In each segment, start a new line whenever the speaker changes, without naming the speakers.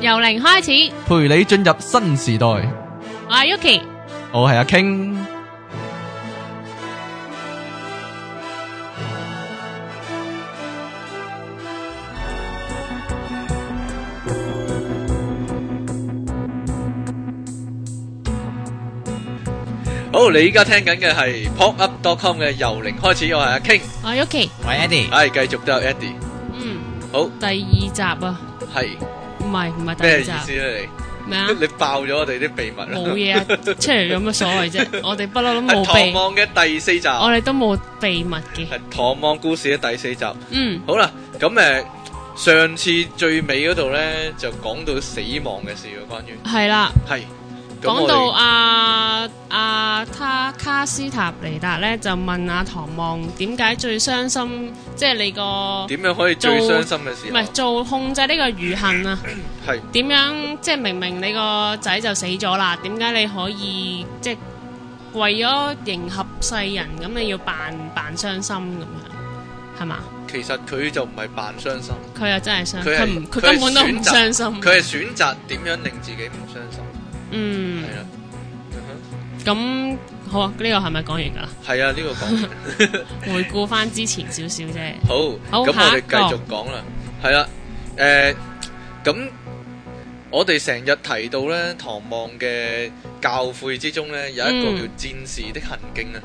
由零開始，
陪你進入新時代。
我係 Yuki，
我係阿 King。
好，你依家聽緊嘅係 popup.com 嘅由零開始，我係阿 King，
我係 Yuki，
喂 Eddie，
係繼續都有 Eddie，
嗯，
好
第二集啊，
係
唔係唔係第
咩
二
意思
集
咧？
咩啊
你？你爆咗我哋啲秘密啦！
冇 嘢啊，出嚟有乜所謂啫？我哋不嬲都
係啊
冇
唐
秘，
望嘅第四集，
我
係
哋都冇秘密 嘅。
唐望故事嘅第四集。
嗯，
好啦，咁誒上次最尾嗰度咧就講到死亡嘅事喎，啊關於
係啦，
係咁
講
我
到
哋
阿阿他卡斯塔尼達咧，就問阿唐望點解最傷心，即係你個
點樣可以最
做
傷心嘅
唔係
事？啊
做控制呢個餘恨啊？
係
點樣即係明明你個仔就死咗啦，點解你可以即係為咗迎合世人咁，你要扮扮傷心咁樣係嘛？
其實佢就唔係扮傷心，
佢又真係傷，
佢
佢唔
係
佢根本都唔
係選
傷
擇
心。
佢係選擇點樣令自己唔傷心，
嗯，
係啦。嗯哼
咁好啊，呢個係咪講完㗎啦？
系啊，呢、個个講完
回顧翻之前少少啫。
好，
好
咁我
下一
哋
個
繼續講啦，係啦，诶、咁我哋成日提到咧，唐望嘅教诲之中咧，有一個
嗯
叫戰士的行徑啊，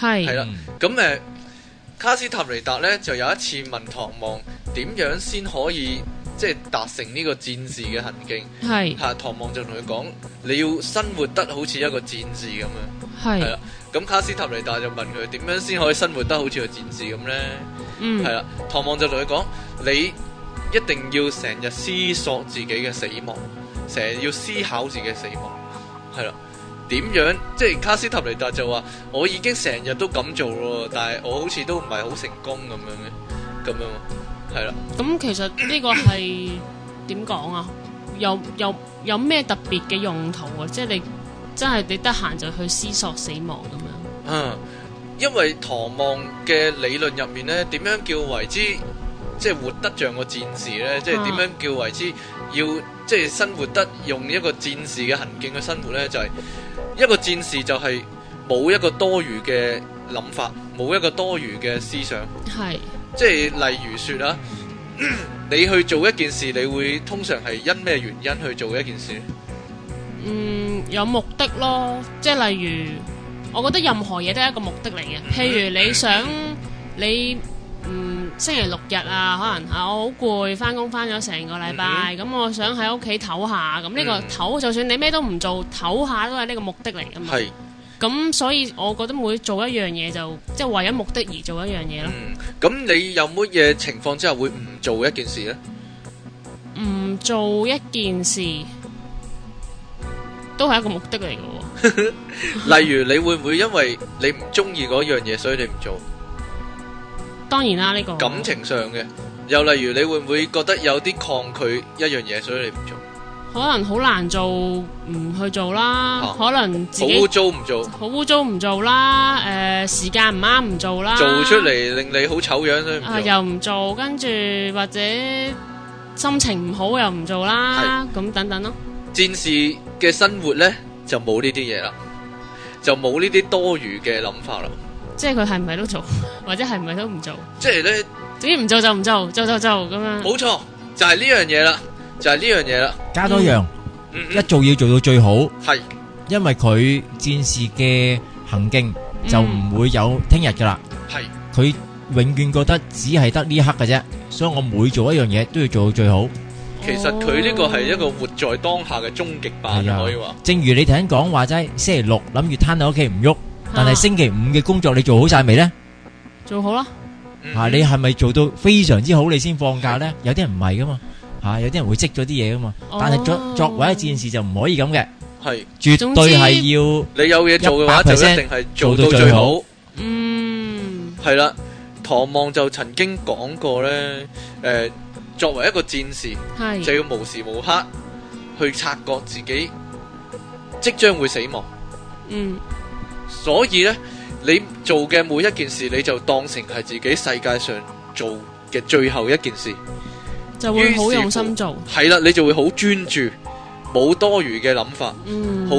係
係
啦，咁诶、誒卡斯塔尼達咧就有一次問唐望點樣先可以即係達成呢個戰士嘅行徑，
係
吓、唐望就同佢講，你要生活得好似一個戰士咁樣，係
係
啦，咁卡斯塔尼達就問佢點樣先可以生活得好似個戰士咁咧？
嗯
系啦，唐望就同佢講：你一定要成日思索自己嘅死亡，成日要思考自己嘅死亡，係啦。點樣？即係卡斯塔尼達就話：我已經成日都咁做咯，但係我好似都唔係好成功咁樣嘅，咁樣喎係啦。
咁其實呢個係點講啊？有有有咩特別嘅用途啊？即係你真係你得閒就去思索死亡咁樣。
嗯，因為唐望嘅理論入面咧，點樣叫為之即係活得像個戰士咧？即係點樣叫為之要即係生活得用一個戰士嘅行徑去生活咧？就係、一個戰士就係冇一個多餘嘅諗法，冇一個多餘嘅思想。
係
即係例如說啦， 你去做一件事，你會通常係因咩原因去做一件事呢？
嗯有目的咯，即係例如，我覺得任何嘢都係一個目的嚟嘅。譬如你想你嗯星期六日啊，可能啊我好攰，翻工翻咗成個禮拜，咁、我想喺屋企唞下。咁呢、個
嗯
唞，就算你咩都唔做，唞下都係呢個目的嚟㗎嘛。
係。
咁所以我覺得每做一樣嘢就即係為咗目的而做一樣嘢咯。
嗯，咁你有乜嘢情況之下會唔做一件事呢？
唔、嗯做一件事都係一個目的嚟嘅喎。
例如你會唔會因為你唔中意嗰樣嘢，所以你唔做？
當然啦，呢、個
感情上嘅，又例如你會唔會覺得有啲抗拒一樣嘢，所以你唔做？
可能好難做，唔去做啦。
啊
可能自
好
己
污糟唔做，
好污糟唔做啦。誒、時間唔啱唔做啦。
做出嚟令你好醜樣，所以唔
啊、
做。
又唔做，跟住或者心情唔好又唔做啦。咁等等咯。
戰士嘅生活呢，就冇呢啲嘢啦，就冇呢啲多餘嘅諗法啦。
即係佢係唔係都做， 或者係唔係都唔做？
即係呢，
總之唔做就唔做，做就做咁樣。
冇錯，就係呢樣嘢啦，就係呢樣嘢啦。
加多樣，
嗯，
一做要做到最好，
係
因為佢戰士嘅行徑就唔會有聽日噶啦，
係
佢永遠覺得只係得呢一刻嘅啫，所以我每做一樣嘢都要做到最好。
其實佢呢個係一個活在當下嘅終極版，
係啊
可以話
正如你頭先講話齋，星期六諗住攤喺屋企唔喐，但係
啊
星期五嘅工作你做好晒未呢？
做好啦，
嗯
啊，你係咪做到非常之好你先放假呢？有啲人唔係噶嘛，啊，有啲人會積咗啲嘢噶嘛，
哦
但係作作為一戰士就唔可以咁嘅，
係。
絕對係要
你有嘢做嘅話，就一定係做到最好。
嗯，
係啦，唐望就曾經講過呢，誒、作為一個戰士，
係
就要無時無刻去察覺自己即將會死亡，
嗯
所以呢，你做嘅每一件事，你就當成係自己世界上做嘅最後一件事。
就會好用心做，
係啦，你就會好專注，冇多餘嘅諗法，
嗯，
好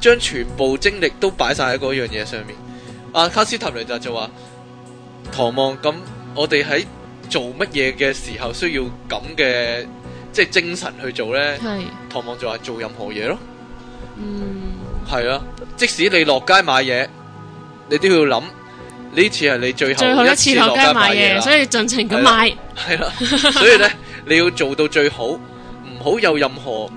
將全部精力都擺晒喺嗰樣嘢上面。阿、卡斯塔尼達就話：唐望咁，我哋喺做乜嘢嘅時候需要咁嘅即係精神去做呢？
係，
唐望就話做任何嘢咯。
嗯，
系啊，即使你落街買嘢，你都要諗呢次係你最
最
後
後一次
次
落
落
街買
買嘢
嘢，
啦，
所以盡情咁買，
系啦，所以咧你要做到最好，唔好有任何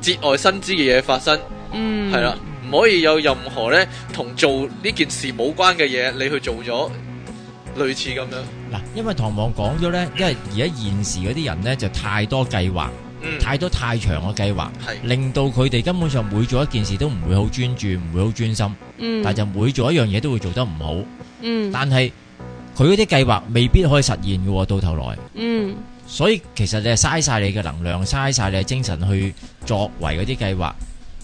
節外生枝嘅嘢發生，
嗯，
係啦，唔可以有任何咧同做呢件事冇關嘅嘢你去做咗，類似咁樣，
嗱，因為唐望講咗咧，因為而家現時嗰啲人咧就太多計劃，
嗯，
太多太長嘅計劃，
係
令到佢哋根本上每做一件事都唔會好專注，唔會好專心，
嗯，
但就每做一樣嘢都會做得唔好。
嗯，
但係佢嗰啲計劃未必可以實現嘅喎，到頭來。
嗯，
所以其實你係嘥晒你嘅能量，嘥晒你嘅精神去作為嗰啲計劃。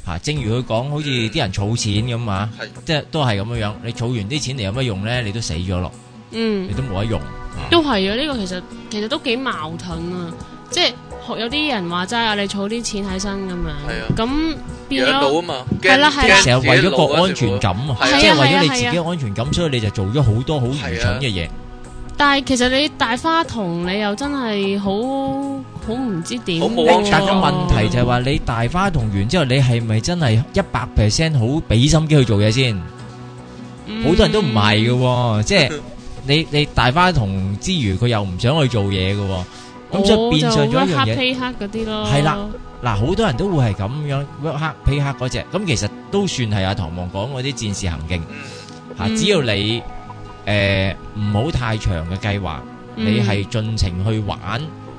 嚇、正如佢講，好似啲人儲錢咁啊，
係
即係都係咁樣樣。你儲完啲錢嚟有乜用呢？你都死咗咯，
嗯
你。都冇得用。
都係啊！呢、個其實其實都幾矛盾啊！即係學有啲人話齋啊，你儲啲錢喺身咁
係啊
樣，咁變
養老
咗
啊嘛，
係啦
驚
係啦
成日為咗個安全，感啊，
係啊
即係為咗你
係啊哦
自己嘅安全感，所以你就做咗好多好愚蠢嘅嘢。
但係其實你大花筒，你又真係好好唔知點
好冇
喎
安全
但
感
個問題就係話，你大花同完之後，你係咪真係一百 percent 好俾心機去做嘢先？
嗯
好多人都唔係嘅喎，即係你你大花同之餘，佢又唔想去做嘢嘅喎，咁所以變相咗一樣嘢。
黑黑嗰啲咯，
係啦，嗱，好多人都會係咁樣 work 黑 pay 黑嗰只，咁其實都算係阿唐望講嗰啲戰士行徑
嗯
嚇，
嗯
只要你誒唔好太長嘅計劃，你
嗯
係盡情去玩，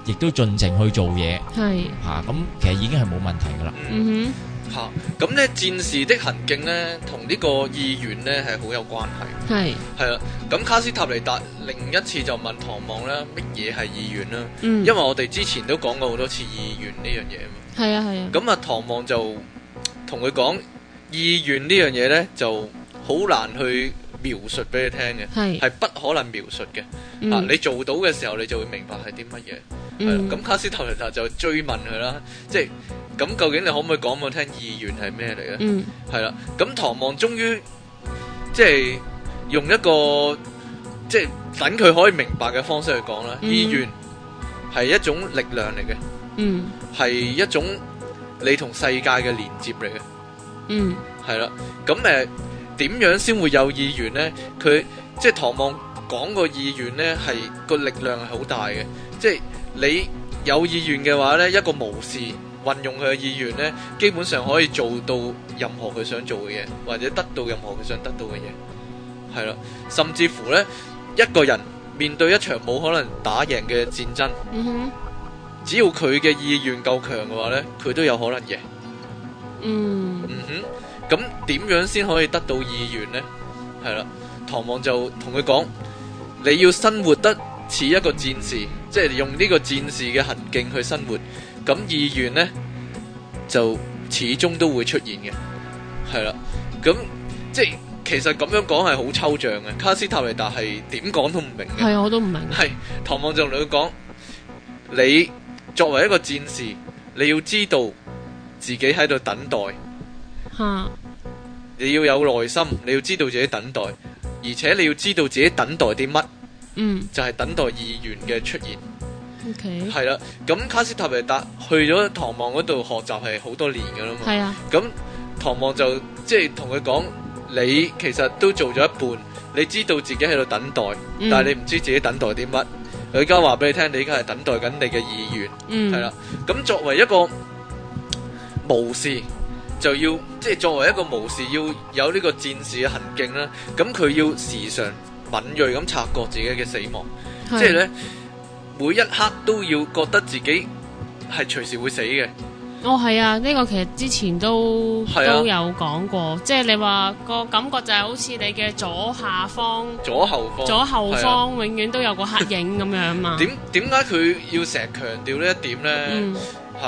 亦都盡情去做嘢
嗯係
嚇，啊咁其實已經係冇問題㗎啦。
嗯
嗯
吓，咁咧戰士的行徑咧同呢個意願咧係好有關係。
哼係
系啦，咁卡斯塔尼達另一次就問唐望啦，乜嘢係意願啦？
嗯
因為我哋之前都講過好多次意願呢樣嘢啊嘛。
係啊係啊
咁啊，唐望就嘖同佢講意願呢樣嘢呢，就好難去描述俾你聽嘅，
係
係不可能描述嘅。
嗯
啊，你做到嘅時候，你就會明白係啲乜嘢。係啦
嗯
咁卡斯塔尼達就追問佢啦，即係咁究竟你可唔可以講俾我聽意願係咩嚟呢？
嗯
系啦，咁唐望終於即係用一個即係等佢可以明白嘅方式去講啦。
嗯
意願係一種力量嚟嘅，
嗯
係一種你同世界嘅連接嚟嘅，
嗯
係啦。咁诶，点、樣先會有意願呢？佢即係唐望講個意願呢，係個力量係好大嘅，即係你有意願嘅話呢，一個無視運用佢嘅意願呢，基本上可以做到任何佢想做嘅嘢，或者得到任何佢想得到嘅嘢，係啦，甚至乎呢，一個人面對一場冇可能打贏嘅戰爭，
嗯哼
只要佢嘅意願夠強嘅話呢，佢都有可能贏。
嗯
嗯哼，咁點樣先可以得到意願呢？係啦，唐望就同佢講：你要生活得似一個戰士，即係用呢個戰士嘅行徑去生活，咁意願呢，就始終都會出現嘅。係啦，咁即係其實咁樣講係好抽象嘅，卡斯塔尼達係點講都唔明嘅。
係啊我都唔明
系唐望就同佢講：你作為一個戰士，你要知道自己喺度等待。
嚇
你要有耐心，你要知道自己等待，而且你要知道自己等待啲乜，
嗯
就係、等待意願嘅出現。
OK
係啦，咁卡斯塔尼達去咗唐望嗰度學習係好多年噶啦嘛。
係啊
咁唐望就即係同佢講：你其實都做咗一半，你知道自己喺度等待，
嗯
但係你唔知自己等待啲乜。佢而家話俾你聽，你而家係等待緊你嘅意願。
嗯
系啦，咁作為一個武士，就要即係作為一個武士，要有呢個戰士嘅行徑啦。咁佢要時常敏鋭咁察覺自己嘅死亡，
係
即係咧每一刻都要覺得自己係隨時會死嘅。
哦，係啊，呢、個其實之前都、
係啊
都有講過，即係你話個感覺就係好似你嘅左下方、
左後方，
左後
係啊。
方永遠都有個黑影咁樣嘛。
點點解佢要成日強調呢一點呢？
嗯？
吓、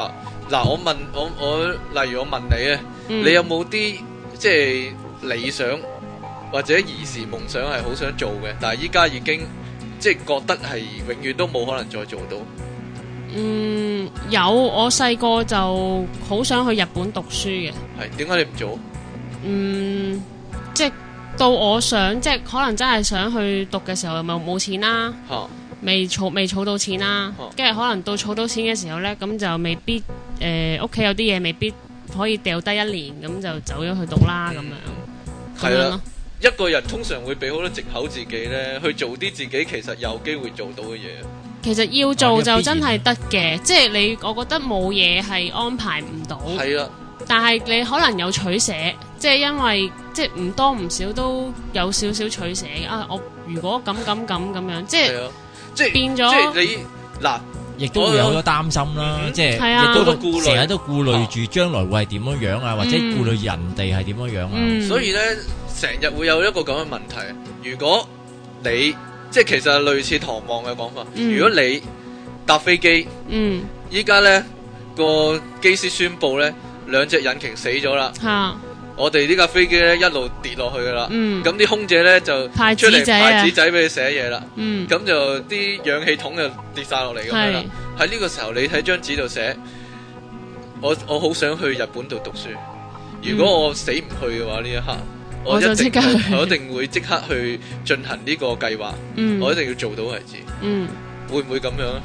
嗱、我問我我，例如我問你啊。
嗯，
你有冇啲即係理想或者兒時夢想係好想做嘅，但係依家已經即係覺得係永遠都冇可能再做到，
嗯，有我細個就好想去日本讀書嘅。
係點解你唔做？
嗯，即係到我想，即係可能真係想去讀嘅時候，咪冇錢啦，
嚇
未儲未儲到錢啦
哦，
跟住可能到儲到錢嘅時候呢，咁就未必誒屋企有啲嘢未必可以掉低一年，咁就走咗去讀啦咁樣，咁
嗯係
樣
啦
咯。
一個人通常會俾好多藉口自己咧，去做啲自己其實有機會做到嘅嘢。
其實要做
哦呢個
就
必然
真係得嘅，即係你我覺得冇嘢係安排唔到，
係啦，
但係你可能有取捨，即係因為即係唔多唔少都有少少取捨嘅啊！我如果咁咁咁咁樣，即係。
係啊，即係
變咗
即係你嗱，
亦都會有好多擔心啦，
嗯
即係
係啊
亦都
好多顧慮
成日都顧慮住將來會係點樣樣啊，或者
嗯
顧慮人哋係點樣樣啊。
嗯，
所以咧成日會有一個咁嘅問題。如果你即係其實係類似唐望嘅講法，
嗯
如果你搭飛機，
嗯
依家咧個機師宣布咧兩隻引擎死咗啦，
吓
我哋呢架飛機咧一路跌落去噶啦。
嗯
咁啲空姐咧就
派
出嚟
紙仔
派
啊
紙仔俾你寫嘢啦，
嗯
咁就啲氧氣筒就跌晒落嚟咁樣啦
係。
喺呢個時候，你喺張紙度寫，我我好想去日本度讀書。如果我死唔去嘅話，呢一刻
嗯我
一
就
定
即刻去
我一定會即刻去進行呢個計劃，
嗯
我一定要做到為止。
嗯
會唔會咁樣啊？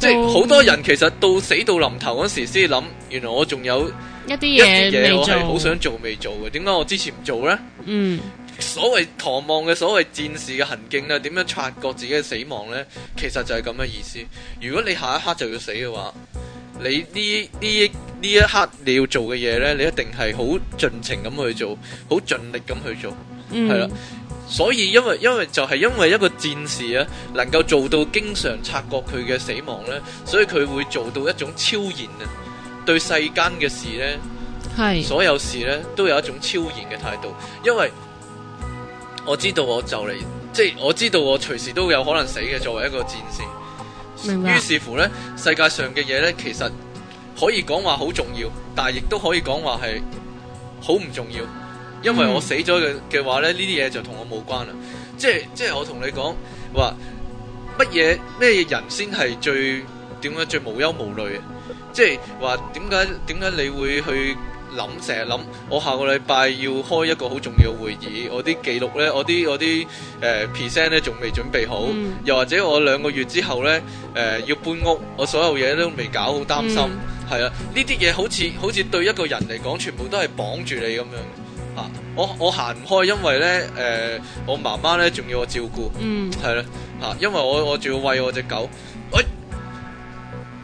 即
都
係好多人其實到死到臨頭嗰時先諗，原來我仲有
一啲
一啲
嘢
嘢
未
我
做，
係好想做未做嘅，點解我之前唔做呢？
嗯
所謂唐望嘅所謂戰士嘅行徑咧，點樣察覺自己嘅死亡呢？其實就係咁嘅意思。如果你下一刻就要死嘅話，你呢呢呢一刻你要做嘅嘢呢，你一定係好盡情咁去做，好盡力咁去做。
嗯
係啦所以因為因為就係因為一個戰士啊，能夠做到經常察覺佢嘅死亡呢，所以佢會做到一種超然啊，對世間嘅事呢。
係
所有事呢都有一種超然嘅態度，因為我知道我就嚟，即係我知道我隨時都有可能死嘅，作為一個戰士。
明白
於是乎呢，世界上嘅嘢呢，其實可以講話好重要，但係亦都可以講話係好唔重要，因為
嗯
我死咗嘅嘅話咧，呢啲嘢就同我冇關啦。即係即係我同你講話乜嘢咩人先係最點解最無憂無慮嘅？即係話點解點解你會去諗成日諗？我下個禮拜要開一個好重要嘅會議，我啲記錄呢，我啲我啲誒 percent 咧仲未準備好，
嗯
又或者我兩個月之後呢，誒、要搬屋，我所有嘢都未搞好，擔心
嗯
係啊！呢啲嘢好似好似對一個人嚟講，全部都係綁住你咁樣啊！我我行唔開，因為呢，誒、我媽媽呢仲要我照顧。
嗯
系啦，吓，啊因為我我仲要喂我只狗。喂，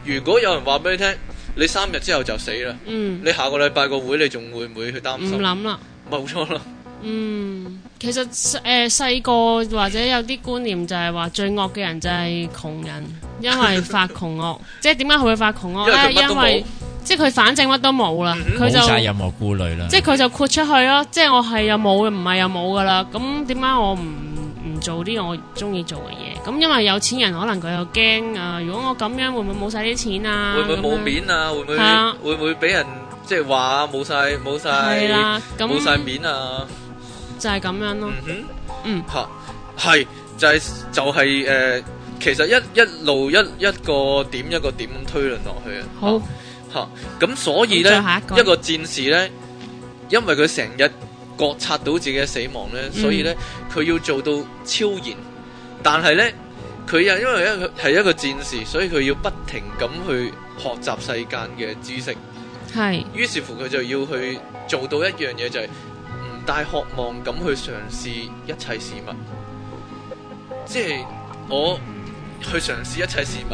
如果有人話俾你聽，你三日之後就死啦，
嗯
你下個禮拜個會你仲會唔會去擔
唔
心？
諗啦，
冇錯啦，
嗯，其實誒細個或者有啲觀念就係話最惡嘅人就係窮人，因為發窮 惡，即係點解佢會發窮惡呢？
因為佢乜都
因為
冇嗯
即係佢反正乜都冇啦，佢
冇
就
晒任何顧慮啦。
即係佢就豁出去咯，即係我係又冇，唔係又冇噶啦。咁點解我唔唔做啲我中意做嘅嘢？咁因為有錢人可能佢又驚啊，如果我咁樣會唔會冇晒啲錢啊？
會唔會冇
咁樣？
面啊？會唔會
係啊
會唔會俾人即係話冇晒
係
冇晒
啦，咁
冇晒面啊？
就係咁樣咯。
嗯哼，
嗯
吓係就係就係诶，其實一一路一一個點一個點咁推論落去啊。
好，
吓，咁所以
咁
咧
再下一，個
一個戰士咧，因為佢成日覺察到自己嘅死亡咧，
嗯
所以咧佢要做到超然，但係咧佢又因為一個係一個戰士，所以佢要不停咁去學習世間嘅知識，
係
於是乎佢就要去做到一樣嘢就係唔帶渴望咁去嘗試一切事物，即係我去嘗試一切事物，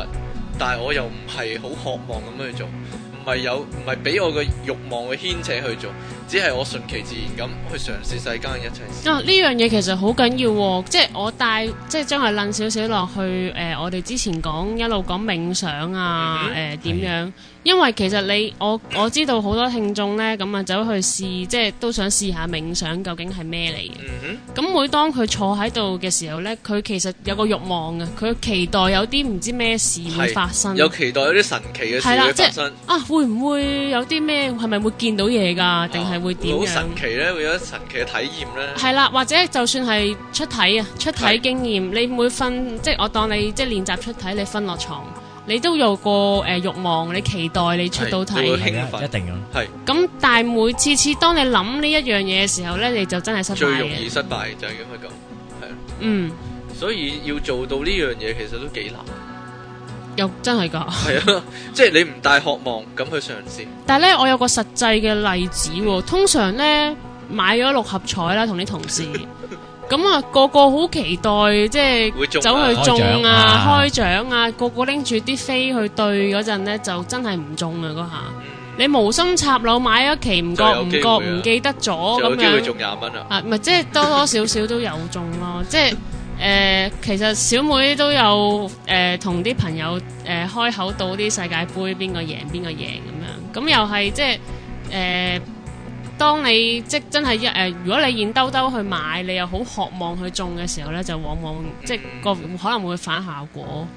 但係我又唔係好渴望咁樣去做，唔係有唔係俾我嘅慾望去牽扯去做，只係我順其自然咁去嘗試世間嘅一切事。
啊，呢樣嘢其實好緊要喎，即係我帶即係將佢撚少少落去誒、呃我哋之前講一路講冥想啊，誒
嗯
點、樣？因為其實你我我知道好多聽眾呢，咁啊走去試，即係都想試下冥想究竟係咩嚟嘅。
嗯
咁每當佢坐喺度嘅時候呢，佢其實有個慾望嘅，佢期待有啲唔知咩事會發生
哼，。有期待有啲神奇嘅事
係啦
會
即
發
係
生，
啊，會唔會有啲咩？係咪會見到嘢㗎？定係會點
啊好
樣？
神奇咧，會嗯有啲神奇嘅體驗咧。
係啦，或者就算係出體啊，出體經驗，你每瞓即係我當你即係練習出體，你瞓落床，你都有個誒、呃、慾望，你期待你出到
係
題
會。興奮
一定啊！
係
咁但係每次次當你諗呢一樣嘢嘅時候呢，你就真係失啊
最
敗
容易
嘅。
失敗就係因為咁，
嗯，
所以要做到呢樣嘢其實都幾難。
又真係 㗎。
係啊，即係你唔帶渴望咁去嘗試。
但係呢，我有個實際嘅例子喎。通常呢，買咗六合彩啦，同啲同事，咁啊個個好期待，即
會
係
中啊
走去中啊、
開
開獎啊，個個拎住啲飛去對嗰陣呢，就真係唔中啊嗰下。
嗯
你無心插柳買咗期，唔覺
就有
唔
機會啊
覺唔記得咗
就有
咁
機會
樣。
中廿蚊啊！
啊，唔係即係多多少少都有中咯， 即係誒、呃其實小妹都有誒同啲朋友誒、呃、開口賭啲世界盃邊個贏邊個贏咁樣，咁又係即係誒、呃，當你即真係一誒，如果你現兜兜去買，你又好渴望去中嘅時候咧，就往往即係個可能會反效果。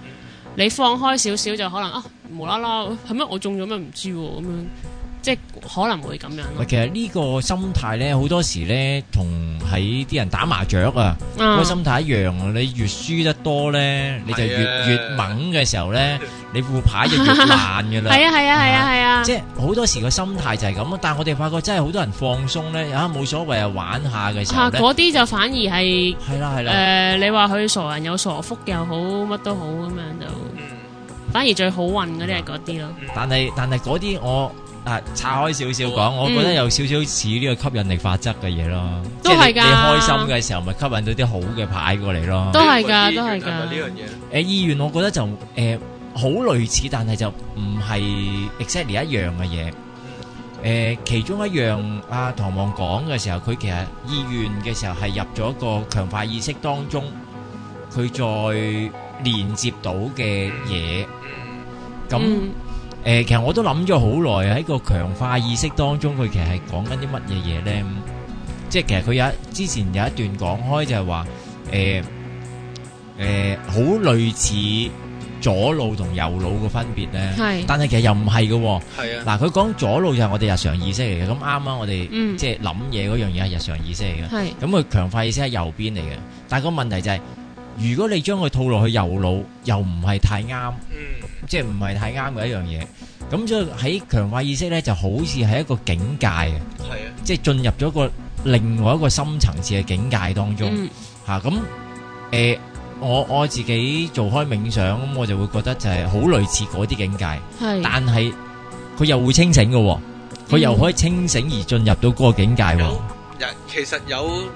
你放開少少就可能啊，無啦啦係咩？我中咗咩唔知喎咁樣，即係可能會咁樣咯。
喂，其實呢個心態咧，好多時咧，同喺啲人打麻雀啊，嗰個
啊
心態一樣啊。你越輸得多咧，你就越
係啊
越猛嘅時 候咧，你副牌就越爛噶啦。
係啊係啊係啊係啊！
即係好多時個心態就係咁啊。但係我哋發覺真係好多人放鬆咧，啊冇所謂啊，玩下嘅時候
嚇
咧，
嗰啲就反而係
係啦係
誒、
啦，
你話佢傻人有傻福又好，乜都好咁樣就，
嗯
反而最好運嗰啲係嗰啲咯。
但係但係嗰啲我。啊，岔開少少講，我覺得有少少似呢個吸引力法則嘅嘢咯，
都
即係
係
你
㗎
你開心嘅時候，咪吸引到啲好嘅牌過嚟咯。
都係㗎
呢個
都係
醫院係咪
㗎
呢樣嘢
誒、醫院我覺得就誒好、類似，但係就唔係 exactly 一樣嘅嘢。誒、其中一樣阿唐望講嘅時候，佢其實醫院嘅時候係入咗一個強化意識當中，佢再連接到嘅嘢。咁誒、
嗯
其實我都諗咗好耐喺個強化意識當中，佢其實係講緊啲乜嘢嘢呢？即係其實佢有一之前有一段講開就係話誒誒，好、類似左腦同右腦嘅分別呢。
嗯係
但係其實又唔係嘅喎。
係啊，
嗱，佢講左腦就係我哋日常意識嚟嘅，咁啱啱我哋、
嗯
即係諗嘢嗰樣嘢係日常意識嚟嘅。
係
咁佢強化意識喺右邊嚟嘅，但係個問題就係、如果你將佢套落去右腦，又唔係太啱。
嗯，
即係唔係太啱嘅一樣嘢。咁所以喺強化意識呢，就好似係一個境界嘅，
係啊，
即係進入咗個另外一個深層次嘅境界當中
嗯
嚇。咁誒、呃我我自己做開冥想，咁我就會覺得就係好類似嗰啲境界，
係
但係佢又會清醒嘅喎，佢又可以清醒而進入到嗰個境界喎
有。人其實有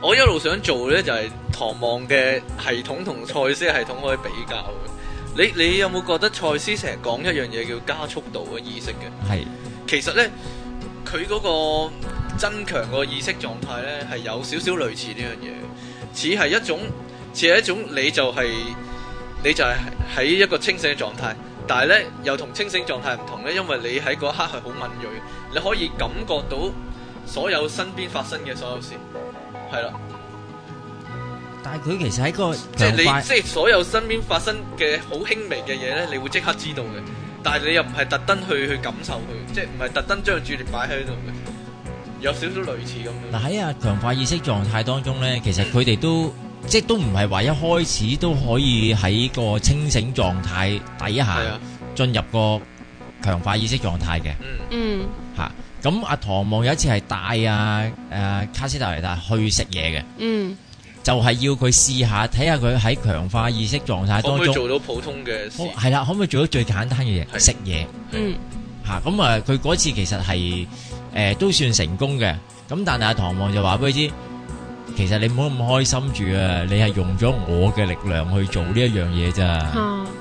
我一路想做咧，就係唐望嘅系統同賽斯系統可以比較嘅。你你有冇覺得賽斯成日講一樣嘢叫加速度嘅意識嘅？
係
其實咧，佢嗰個增強個意識狀態咧，係有少少類似呢樣嘢，似係一種，似係一種你就係、你就係喺一個清醒嘅狀態，但係咧又同清醒狀態唔同咧，因為你喺嗰一刻係好敏鋭，你可以感覺到所有身邊發生嘅所有事，係啦，
但係佢其實喺個
即係
強化
你即係所有身邊發生嘅好輕微嘅嘢咧，你會即刻知道嘅，但係你又唔係特登去去感受佢，即係唔係特登將注意力擺喺度嘅，有少少類似咁樣。
嗱喺啊強化意識狀態當中呢，其實佢哋都即係都唔係話一開始都可以喺個清醒狀態底
係
下
啊，
進入個強化意識狀態嘅
嗯，
嗯
嚇。咁阿唐望有一次係帶啊誒卡斯特尼達去食嘢嘅，
嗯
就係要佢試下睇下佢喺強化意識狀態
可唔
當
可以
中，
做到普通嘅事
可？係啦，可唔可以做到最簡單嘅嘢
係
食嘢？
嗯
嚇咁啊！佢嗰次其實係誒、呃都算成功嘅，咁但係阿唐望就話俾佢知，其實你唔好咁開心住啊！你係用咗我嘅力量去做呢一樣嘢咋
啊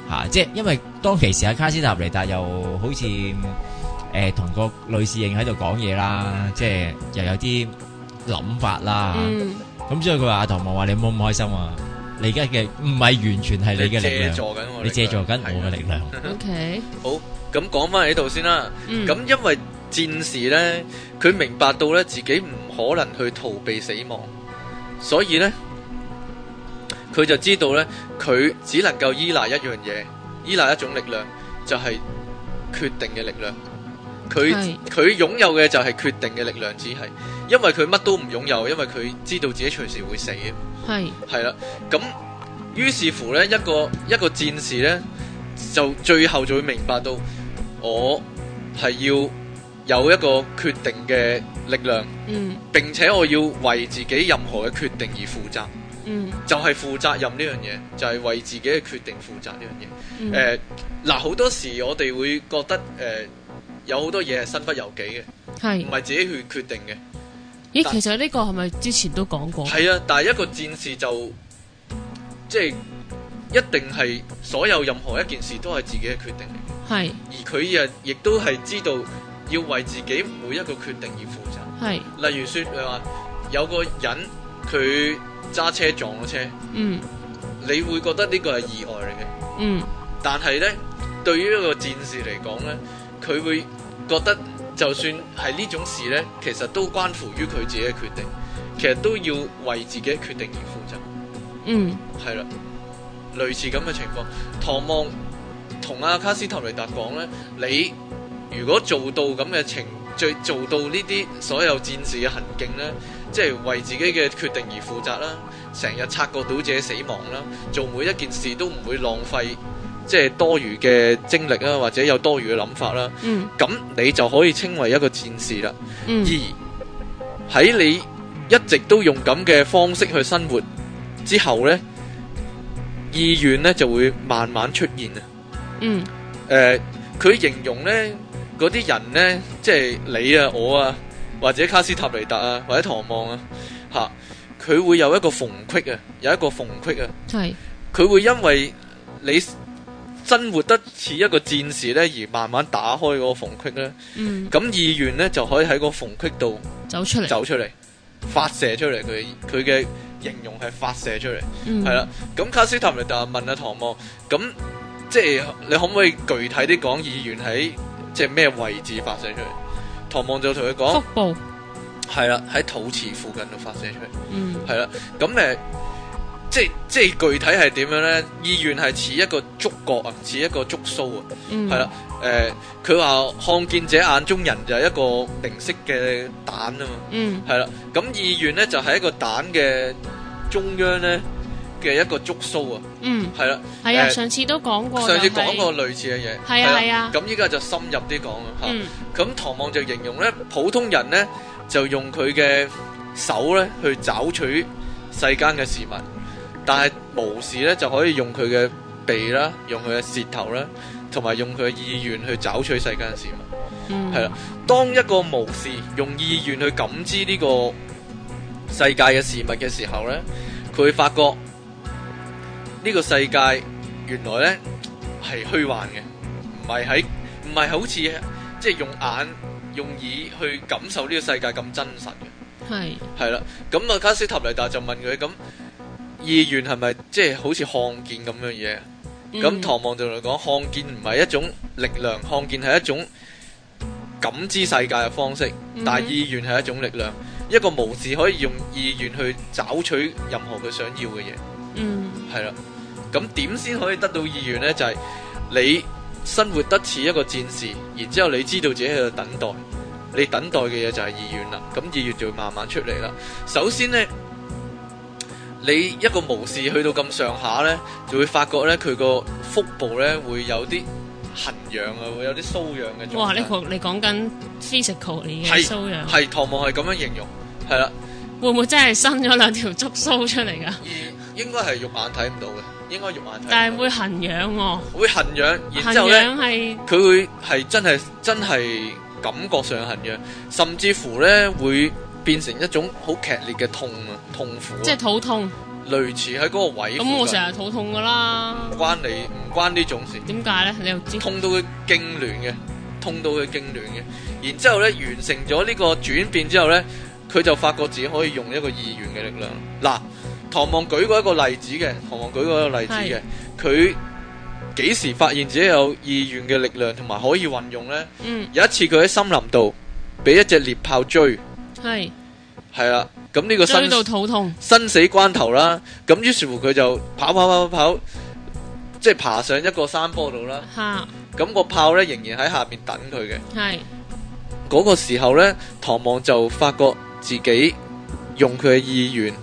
嚇，
嚇
即係因為當其時阿卡斯塔尼達又好似誒同個女侍應喺度講嘢啦，即係又有啲諗法啦，
嗯
咁、所以佢話阿唐望話你唔好咁開心啊！你而家嘅唔係完全係你嘅力
借助
量，
緊我力量，
你借助緊我嘅力量，
OK
係。咁講翻喺度先啦。
嗯
咁因為戰士呢，佢明白到呢自己唔可能去逃避死亡，所以呢，佢就知道呢，佢只能夠依賴一樣嘢，依賴一種力量，就係、決定嘅力量。佢
係
佢擁有嘅就係決定嘅力量，只係因為佢乜都唔擁有，因為佢知道自己隨時會死嘅。
係
系啦，咁於是乎呢，一個一個戰士呢，就最後就會明白到我係要有一個決定嘅力量，
嗯
並且我要為自己任何嘅決定而負責，
嗯
就係、負責任呢樣嘢，就係、為自己嘅決定負責呢樣嘢。
嗯，
誒嗱，好、多時我哋會覺得誒、呃有好多嘢係身不由己嘅，
係
唔係自己去決定嘅。
咦，其實呢個係咪之前都講過？
係啊，但係一個戰士就即係一定係所有任何一件事都係自己嘅決定嚟，
係
而佢亦亦都係知道要為自己每一個決定而負責。
係，
例如說，你話有個人佢揸車撞咗車，
嗯
你會覺得呢個係意外嚟嘅，
嗯
但係呢，對於一個戰士嚟講呢，佢會覺得就算係呢種事呢，其實都關乎於佢自己嘅決定，其實都要為自己嘅決定而負責。
嗯
係啦，類似咁嘅情況。唐望同阿卡斯特雷達講呢，你如果做到咁嘅情，最做到呢啲所有戰士嘅行徑呢，即係為自己嘅決定而負責啦，成日察覺到自己死亡啦，做每一件事都唔會浪費即係多餘嘅精力啦，或者有多餘嘅諗法啦，
嗯
咁你就可以稱為一個戰士啦。
嗯，
而喺你一直都用咁嘅方式去生活之後呢，意願呢就會慢慢出現啊。
嗯
诶、佢形容呢嗰啲人呢，即係你啊、我啊，或者卡斯塔尼達啊，或者唐望啊，吓、佢會有一個縫隙啊，有一個縫隙啊。
係
佢會因為你生活得似一個戰士呢，而慢慢打開嗰個縫隙呢。
嗯
咁意願呢，就可以喺個縫隙度。
走出嚟，
走出嚟，發射出嚟。佢佢嘅形容係發射出嚟，
嗯
係啦、咁卡斯塔尼達問阿唐望，咁即係你可唔可以具體啲講議員喺即係咩位置發射出嚟？唐望就同佢
腹
講，
部，
係啦，喺肚臍附近度發射出嚟，
嗯
係啦。咁誒，即係即係具體係點樣呢？意願係似一個觸角啊，似一個觸須啊。
嗯
係啦，誒，佢話看見者眼中人就係一個零式嘅蛋啊嘛。
嗯
系啦，咁二元咧就係一個蛋嘅中央咧嘅一個觸須啊，
嗯
係啦，
係啊，
誒
上次都講過，
上次
就係
講過類似嘅嘢，
係啊係啊
咁依家就深入啲講啊，
嗯
吓，咁唐望就形容咧，普通人咧就用佢嘅手咧去找取世間嘅事物，但係無視咧就可以用佢嘅鼻啦，用佢嘅舌頭啦，同埋用佢嘅意願去找取世間嘅事物。
嗯
係啦，當一個無視用意願去感知呢個世界嘅事物嘅時候呢，佢會發覺呢個世界原來呢係虛幻嘅，唔係喺唔係好似即係用眼用耳去感受呢個世界咁真實嘅。
係
係啦，咁啊卡斯塔尼達就問佢咁意願係咪即係好似看見咁樣嘢？
嗯
咁唐望就嚟講，看見唔係一種力量，看見係一種感知世界嘅方式，
嗯
但係意願係一種力量。一個無視可以用意願去找取任何佢想要嘅嘢，
嗯
係啦。咁點先可以得到意願呢？就係、你生活得似一個戰士，然之後你知道自己喺度等待，你等待嘅嘢就係意願啦。咁意願就會慢慢出嚟啦。首先呢，你一個無視去到咁上下呢，就會發覺呢，佢個腹部呢會有啲痕癢啊，會有啲瘙癢嘅狀態。
哇！呢個你講緊 physical 嚟嘅
係
騷樣，
係唐望係咁樣形容，係啦，
會唔會真係伸咗兩條觸須出嚟㗎？
而應該係肉眼睇唔到嘅，應該肉眼睇唔到。
但係會痕癢喎，
會痕癢，然
痕
之後呢，
癢係
佢會係真係真係感覺上痕癢，甚至乎呢會變成一種好劇烈嘅痛啊，痛苦啊，
即係肚痛，
類似喺嗰個位附近。
咁我成日肚痛㗎啦
唔。關你唔關呢種事，
點解咧？你又知？
痛到佢痙攣嘅，痛到佢痙攣嘅。然之後呢，完成咗呢個轉變之後呢，佢就發覺自己可以用一個意願嘅力量。嗱，唐望舉過一個例子嘅，唐望舉過一個例子嘅，佢幾時發現自己有意願嘅力量同埋可以運用呢？
嗯，
有一次佢喺森林度俾一隻獵豹追，
係
係啦，咁呢個
追
新
到肚痛。
生死關頭啦，咁於是乎佢就跑跑跑跑跑，即係爬上一個山坡度啦。
吓，
咁、個炮呢，仍然喺下面等佢嘅。
係
嗰、個時候呢，唐望就發覺自己用佢嘅意願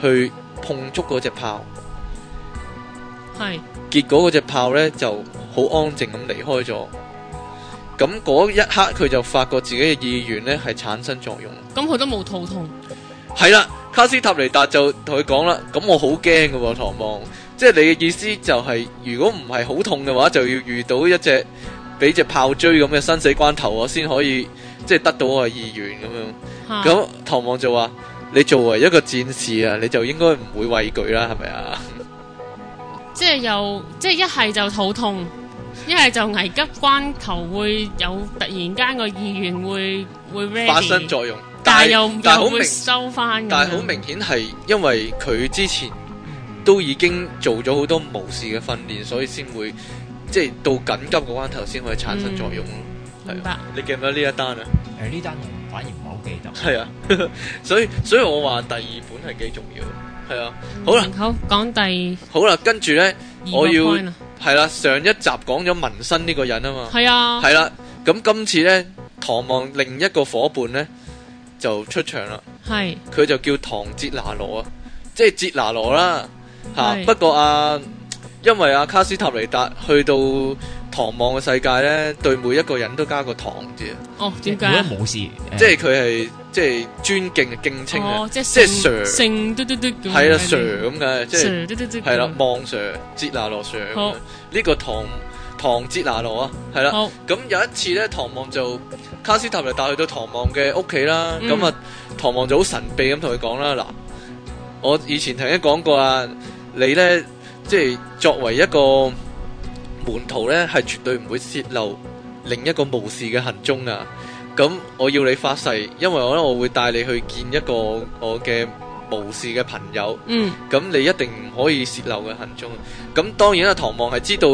去碰觸嗰只炮，
係
結果嗰只炮呢就好安靜咁離開咗。咁嗰一刻佢就發覺自己嘅意願呢係產生作用。
咁佢都冇肚痛，
係啦，卡斯塔尼達就同佢講啦，咁我好驚嘅喎，唐望，即係你嘅意思就係、如果唔係好痛嘅話，就要遇到一隻俾只炮追咁嘅生死關頭，我先可以即係得到我嘅意願咁樣。
嚇
咁唐望就話：你作為一個戰士啊，你就應該唔會畏懼啦，係咪啊？
即係又即係一係就肚痛，一係就危急關頭會有突然間個意願會會 ready，
發生作用，
但係又
但係
又
好
會
明，
收翻，
但係好明顯係因為佢之前都已經做咗好多無視嘅訓練，所以先會即係到緊急嘅關頭先可以產生作用咯。係啊
明白
你記唔記得呢一單啊？
誒呢單我反而唔係好記得。
係啊， 所以所以我話第二本係幾重要。係啊，好啦，
好講第
好啦，跟住呢，
二個
我要
point 啊，
係啦，上一集講咗紋身呢個人啊嘛。
係啊，
系啦，咁今次呢，唐望另一個伙伴呢，就出場啦，
係
佢就叫唐哲拿羅啊，即係哲拿羅啦吓。
係
不過啊，因為阿、卡斯塔尼達去到唐望嘅世界呢，對每一個人都加個唐字啊，
哦
即係
點解
如
啊？
果冇事，誒
即係佢係即係尊敬敬稱啊，
哦，即係
即係
姓
Sir
姓嘟嘟嘟咁，
係啦啊 Sir 咁嘅，即係
Sir 嘟嘟嘟咁，
係啦，望 Sir 哲拿羅 Sir 咁
好
樣呢個唐唐哲拿羅啊，係啦。
好
咁有一次咧，唐望就卡斯塔尼達去到唐望嘅屋企啦，
嗯
咁啊、唐望就好神秘咁同佢講啦，嗱，我以前曾經講過啊，你咧即係作為一個門徒咧，係絕對唔會泄露另一個無事嘅行蹤啊。咁我要你發誓，因為我咧我會帶你去見一個我嘅無事嘅朋友。
嗯
咁你一定唔可以泄漏嘅行蹤。啊咁當然啦，唐望係知道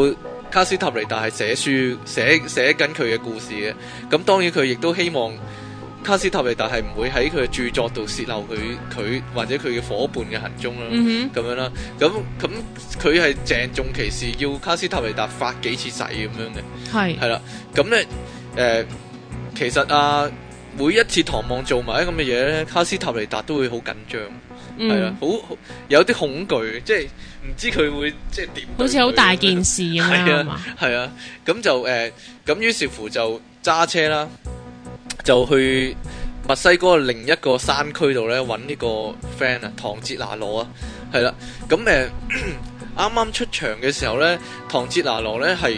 卡斯塔尼達係寫書寫寫緊佢嘅故事嘅。咁當然佢亦都希望卡斯塔尼達係唔會喺佢嘅著作度泄漏佢佢或者佢嘅伙伴嘅行蹤啦。
嗯
咁樣啦，咁咁佢係鄭重其事要卡斯塔尼達發幾次誓咁樣嘅。
哼係
係啦，咁咧诶，其實啊，每一次唐望做埋啲咁嘅嘢咧，卡斯塔尼達都會好緊張，係啦
嗯，。
好好有啲恐懼，即係唔知佢會即係點對佢咁樣。
好似好大件事咁樣
係啊
係嘛？
係啊，咁就诶，咁、於是乎就揸車啦，就去墨西哥另一個山區度咧揾呢個 friend 啊，唐哲拿羅啊，係啦，咁诶， 啱啱出場嘅時候咧，唐哲拿羅咧係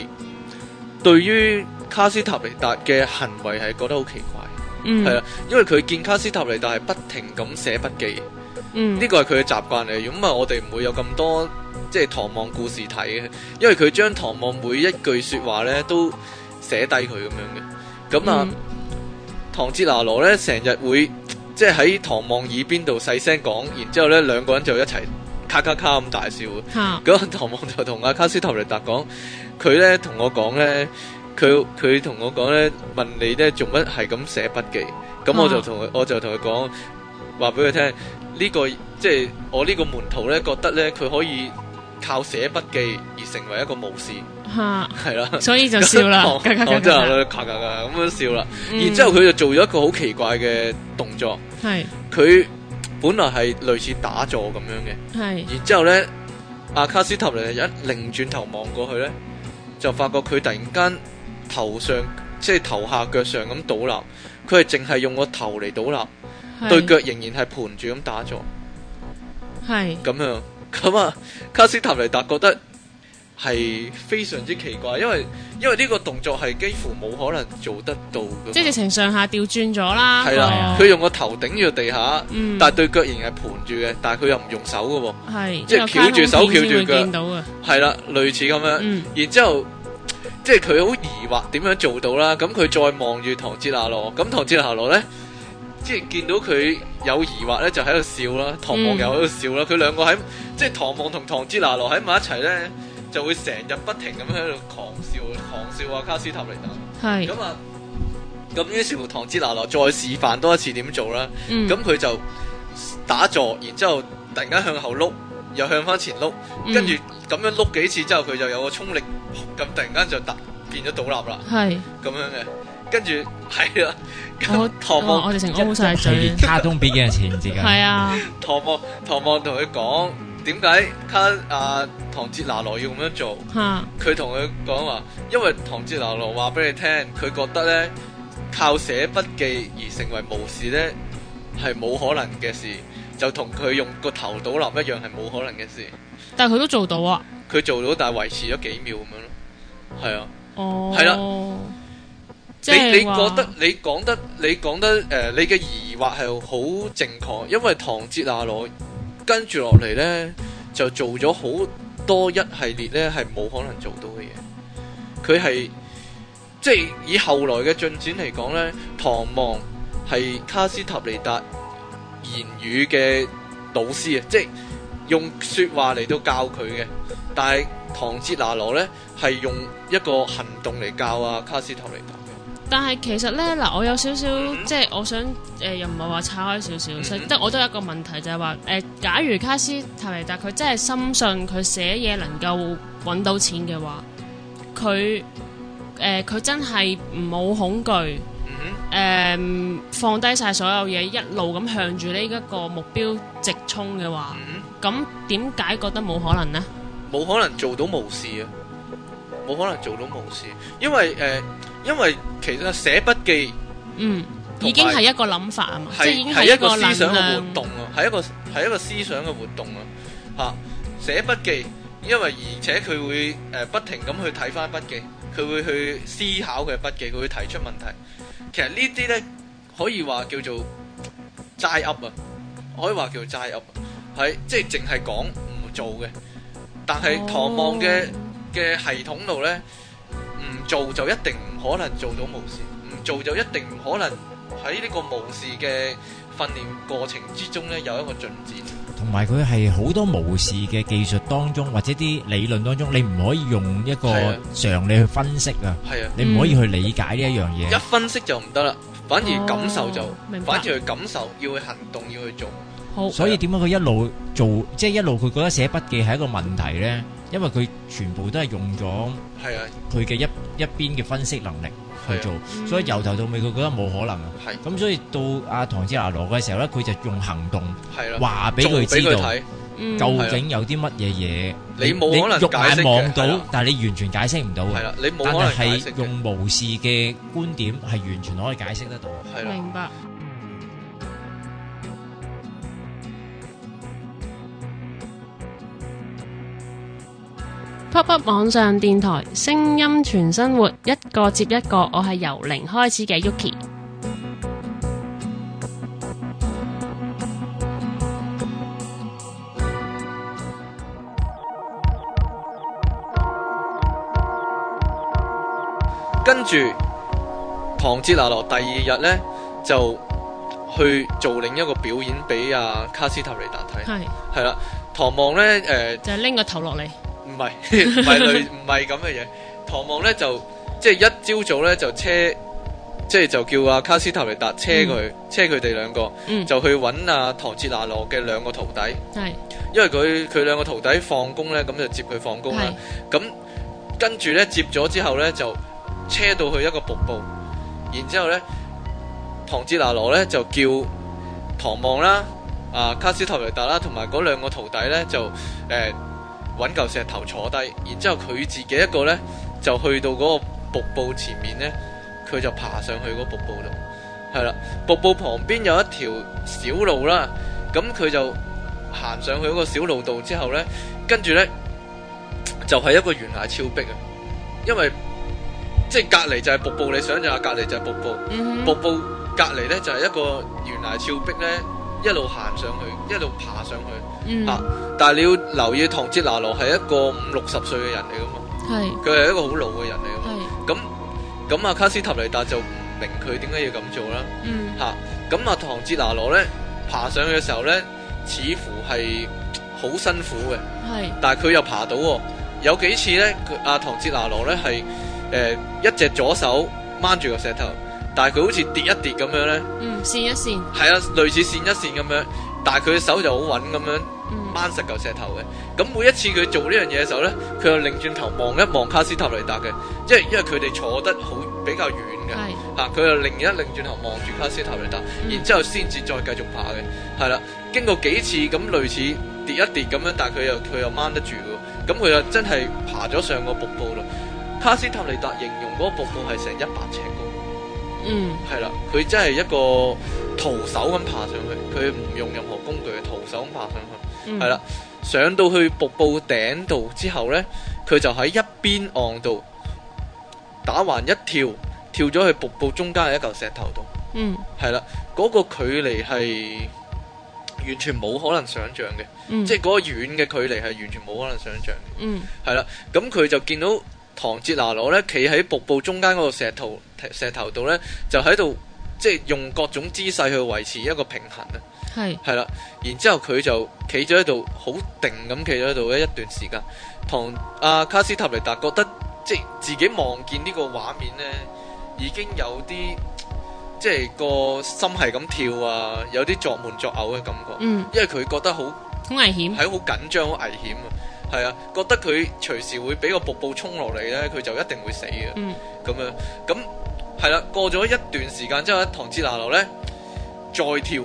對於卡斯塔尼達嘅行為係覺得好奇怪，
嗯
係啦、因為佢見卡斯塔尼達係不停咁寫筆記。
嗯
呢個係佢嘅習慣嚟，如果唔係我哋唔會有咁多即係唐望故事睇嘅，因為佢將唐望每一句説話咧都寫低佢咁樣嘅。咁啊，
嗯
唐哲拿羅咧成日會即係喺唐望耳邊度細聲講，然之後咧兩個人就一齊咔咔咔咁大笑。
嚇
咁啊唐望就同阿卡斯塔尼達講，佢咧同我講咧，佢佢同我講咧，問你咧做乜係咁寫筆記？咁我就
啊
同佢，我就同佢講，話俾佢聽，呢、個即係我呢個門徒咧，覺得咧佢可以靠寫筆記而成為一個武士，
嚇，
係啦。
所以就笑 啦，
唐
咔咔咔
哦唐真
咔
係咔咔咔咁樣笑啦。
嗯
然之後佢就做咗一個好奇怪嘅動作，
係
佢本來係類似打坐咁樣嘅。
係
然之後咧，阿卡斯塔尼一擰轉頭望過去咧，就發覺佢突然間頭上即係頭下腳上咁倒立，佢係淨係用個頭嚟倒
係
立，對腳仍然係盤住咁打坐
係
咁樣。咁啊， 卡斯塔尼達覺得係非常之奇怪，因為因為呢個動作係幾乎冇可能做得到嘅。
即係直情上下調轉咗啦。
係啦，
個
佢用個頭頂住地下，
嗯
但係對腳仍然係盤住嘅，但係佢又唔用手嘅喎。
係
即係
因為
翹住手
卡通片先會
翹住腳
見到啊嘅。
係啦，類似咁樣。
嗯
然之後，即係佢好疑惑點樣做到啦。咁佢再望住唐哲拿羅，咁唐哲拿羅呢，即係見到佢有疑惑呢，就喺度笑啦。唐望
嗯
又喺度笑啦。佢兩個喺即係唐望同唐哲拿羅喺埋一齊呢，就會成日不停咁喺度狂笑，狂笑啊卡斯塔尼達。
係
咁啊，咁於是乎唐哲拿羅再示範多一次點做啦。
嗯
咁佢、就打坐，然之後突然間向後碌，又向翻前碌。
嗯
跟住咁樣碌幾次之後，佢就有個衝力，咁突然間就突變咗倒立啦，
嗯係
咁樣嘅。跟住係啦，
我哦
咁唐
我我
望
哋成 O 晒
係
嘴。
卡通片嘅前節㗎。
係啊，
唐望唐望同佢講，點解卡啊唐哲拿羅要咁樣做？
吓
佢同佢講話，因為唐哲流羅話俾你聽，佢覺得咧靠寫筆記而成為巫士咧係冇可能嘅事，就同佢用個頭倒立一樣係冇可能嘅事。
但係佢都做到啊。
佢做到，但係維持咗幾秒咁樣咯。係啊，
哦，
係啦
即
你
係
你
話
覺得你講得你講得誒、呃你嘅疑惑係好正確，因為唐哲拿羅跟住落嚟咧就做咗好多一系列咧係冇可能做到嘅嘢。佢係即係以後來嘅進展嚟講咧，唐望係卡斯塔尼達言語嘅老師啊，即係用説話嚟到教佢嘅。但係唐哲拿羅咧係用一個行動嚟教啊卡斯塔尼達嘅。
但係其實咧嗱，我有少少即係我想誒、呃又唔係話岔開少少，
嗯
實即係我都有一個問題就係話誒，假如卡斯塔尼達佢真係深信佢寫嘢能夠揾到錢嘅話，佢誒佢真係冇恐懼。
嗯
誒、放低晒所有嘢，一路咁向住呢一個目標直衝嘅話
哼，嗯
咁
哼。
點解覺得冇可能呢？
冇可能做到無事啊！冇可能做到無事，因為誒、呃因為其實寫筆記
嗯，
同埋
已經係一個諗法啊嘛，即係已
係
經
係
係
一個思
能
想嘅
量
活動啊，係一個係一個思想嘅活動啊！嚇、寫筆記，因為而且佢會誒、呃不停咁去睇翻筆記，佢會去思考佢嘅筆記，佢會提出問題。其實呢啲呢，可以話叫做齋噏啊，可以話叫做齋噏啊，係即係淨係講唔做嘅。但係
哦
唐望嘅。嘅系統度呢，唔做就一定唔可能做到無視，唔做就一定唔可能喺呢個無視嘅訓練過程之中呢，有一個進展。
同埋佢係好多無視嘅技術當中，或者啲理論當中，你唔可以用一
係啊
個常理去分析啊，
係啊，
你唔可以去理解呢一樣嘢
一。分析就唔得啦，反而感受就
哦，明白
反而去感受，要去行動，要去做。
好，
所以
啊
點解佢一路做，即係一路佢覺得寫筆記係一個問題呢？因為佢全部都係用咗
係啊，
佢嘅一一邊嘅分析能力去做，
嗯
所以由頭到尾佢覺得冇可能啊。
係
咁所以到阿唐之拿羅嘅時候呢，佢就用行動
係啦，
話俾
啊做
佢
俾
知
佢
道
睇，
嗯
究竟有啲乜嘢嘢，
你冇可能
肉
解釋
眼
嘅
望
係
到
啦，
但係你完全解釋唔到嘅
係。啦，你冇
但
可能解
係
釋嘅，
用無視嘅觀點係完全可以解釋得到。
係啦。
明白。pop up 網上電台，聲音全生活，一個接一個，我係由零開始嘅 Yuki。
跟住唐哲拿羅第二日呢，就去做另一個表演俾阿卡斯塔尼達睇。
係
係啦，唐望咧誒
就係拎個頭落嚟，
唔係 唔係類 唔係咁嘅嘢，唐望咧就即係一朝早咧就車，即係就叫阿卡斯塔尼達車佢、車佢哋兩個，
嗯，
就去揾阿唐哲拿羅嘅兩個徒弟，
係
因為佢佢兩個徒弟放工咧，咁就接佢放工啦
係。
咁跟住咧接咗之後咧，就車到去一個瀑布，然之後咧，唐哲拿羅咧就叫唐望啦、啊卡斯托雷達啦，同埋嗰兩個徒弟咧就誒揾嚿石頭坐低，然之後佢自己一個咧就去到嗰個瀑布前面咧，佢就爬上去嗰瀑布度，係啦，瀑布旁邊有一條小路啦，咁佢就行上去嗰個小路度之後咧，跟住咧。就係一個懸崖峭壁啊！因為即係隔離就係瀑布，你想象下隔離就係瀑布，
嗯
瀑
哼
布隔離呢就係一個懸崖峭壁呢，一路行上去，一路爬上去。
嗯
啊但係你要留意，唐哲拿羅係一個五六十歲嘅人嚟噶嘛，
係
佢係一個好老嘅人嚟噶嘛。
係
咁咁啊，卡斯塔尼達就唔明佢點解要咁做啦。
嗯
吓、咁啊，唐哲拿羅呢，爬上去嘅時候呢，似乎係好辛苦嘅。
係
但係佢又爬到喎。有幾次呢，佢阿唐哲拿羅呢係誒一隻左手掹住個石頭，但係佢好似跌一跌咁樣呢，
嗯線一線
係啊，類似線一線咁樣，但係佢嘅手就好穩咁樣
嗯
掹實嚿石頭嘅。咁每一次佢做呢樣嘢嘅時候呢，佢又擰轉頭望一望卡斯塔雷達嘅，即係因為佢哋坐得好比較遠嘅。
係
啊！佢又另一擰轉頭望住卡斯塔尼達，
嗯
然之後先至再繼續爬嘅，係啦。經過幾次咁類似跌一跌咁樣，但係佢又佢又掹得住嘅喎，咁佢又真係爬咗上個瀑布啦。卡斯塔尼達形容嗰個瀑布係成一百尺高。
嗯
係啦，佢真係一個徒手咁爬上去，佢唔用任何工具，徒手咁爬上去。
嗯，
係啦，上到去瀑布頂度之後呢，佢就喺一邊岸度打橫一跳，跳咗去瀑布中間嘅一嚿石頭度。
嗯
係啦，嗰、個距離係完全冇可能想像嘅，
嗯，
即係嗰個遠嘅距離係完全冇可能想像嘅。
嗯
係啦，咁佢就見到唐哲拿羅咧，企喺瀑布中間嗰個石頭石頭度咧，就喺度即係用各種姿勢去維持一個平衡啊，
係
係啦，然之後佢就企咗喺度，好定咁企咗喺度咧一段時間。唐阿、卡斯塔尼達覺得即係自己望見呢個畫面咧，已經有啲即係個心係咁跳啊，有啲作悶作嘔嘅感覺，
嗯
因為佢覺得好
好危險，
係好緊張、好危險啊！係啊，覺得佢隨時會俾個瀑布衝落嚟咧，佢就一定會死嘅。
嗯
咁樣咁係啦，過咗一段時間之後咧，唐哲拿羅咧再跳，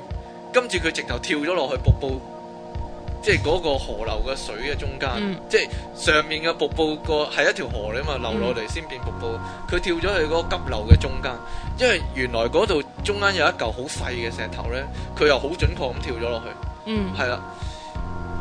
今次佢直頭跳咗落去瀑布，即係嗰個河流嘅水嘅中間，
嗯
即係上面嘅瀑布個係一條河嚟嘛，流落嚟先變瀑布。佢、跳咗去嗰個急流嘅中間，因為原來嗰度中間有一嚿好細嘅石頭咧，佢又好準確咁跳咗落去。
嗯
系啦，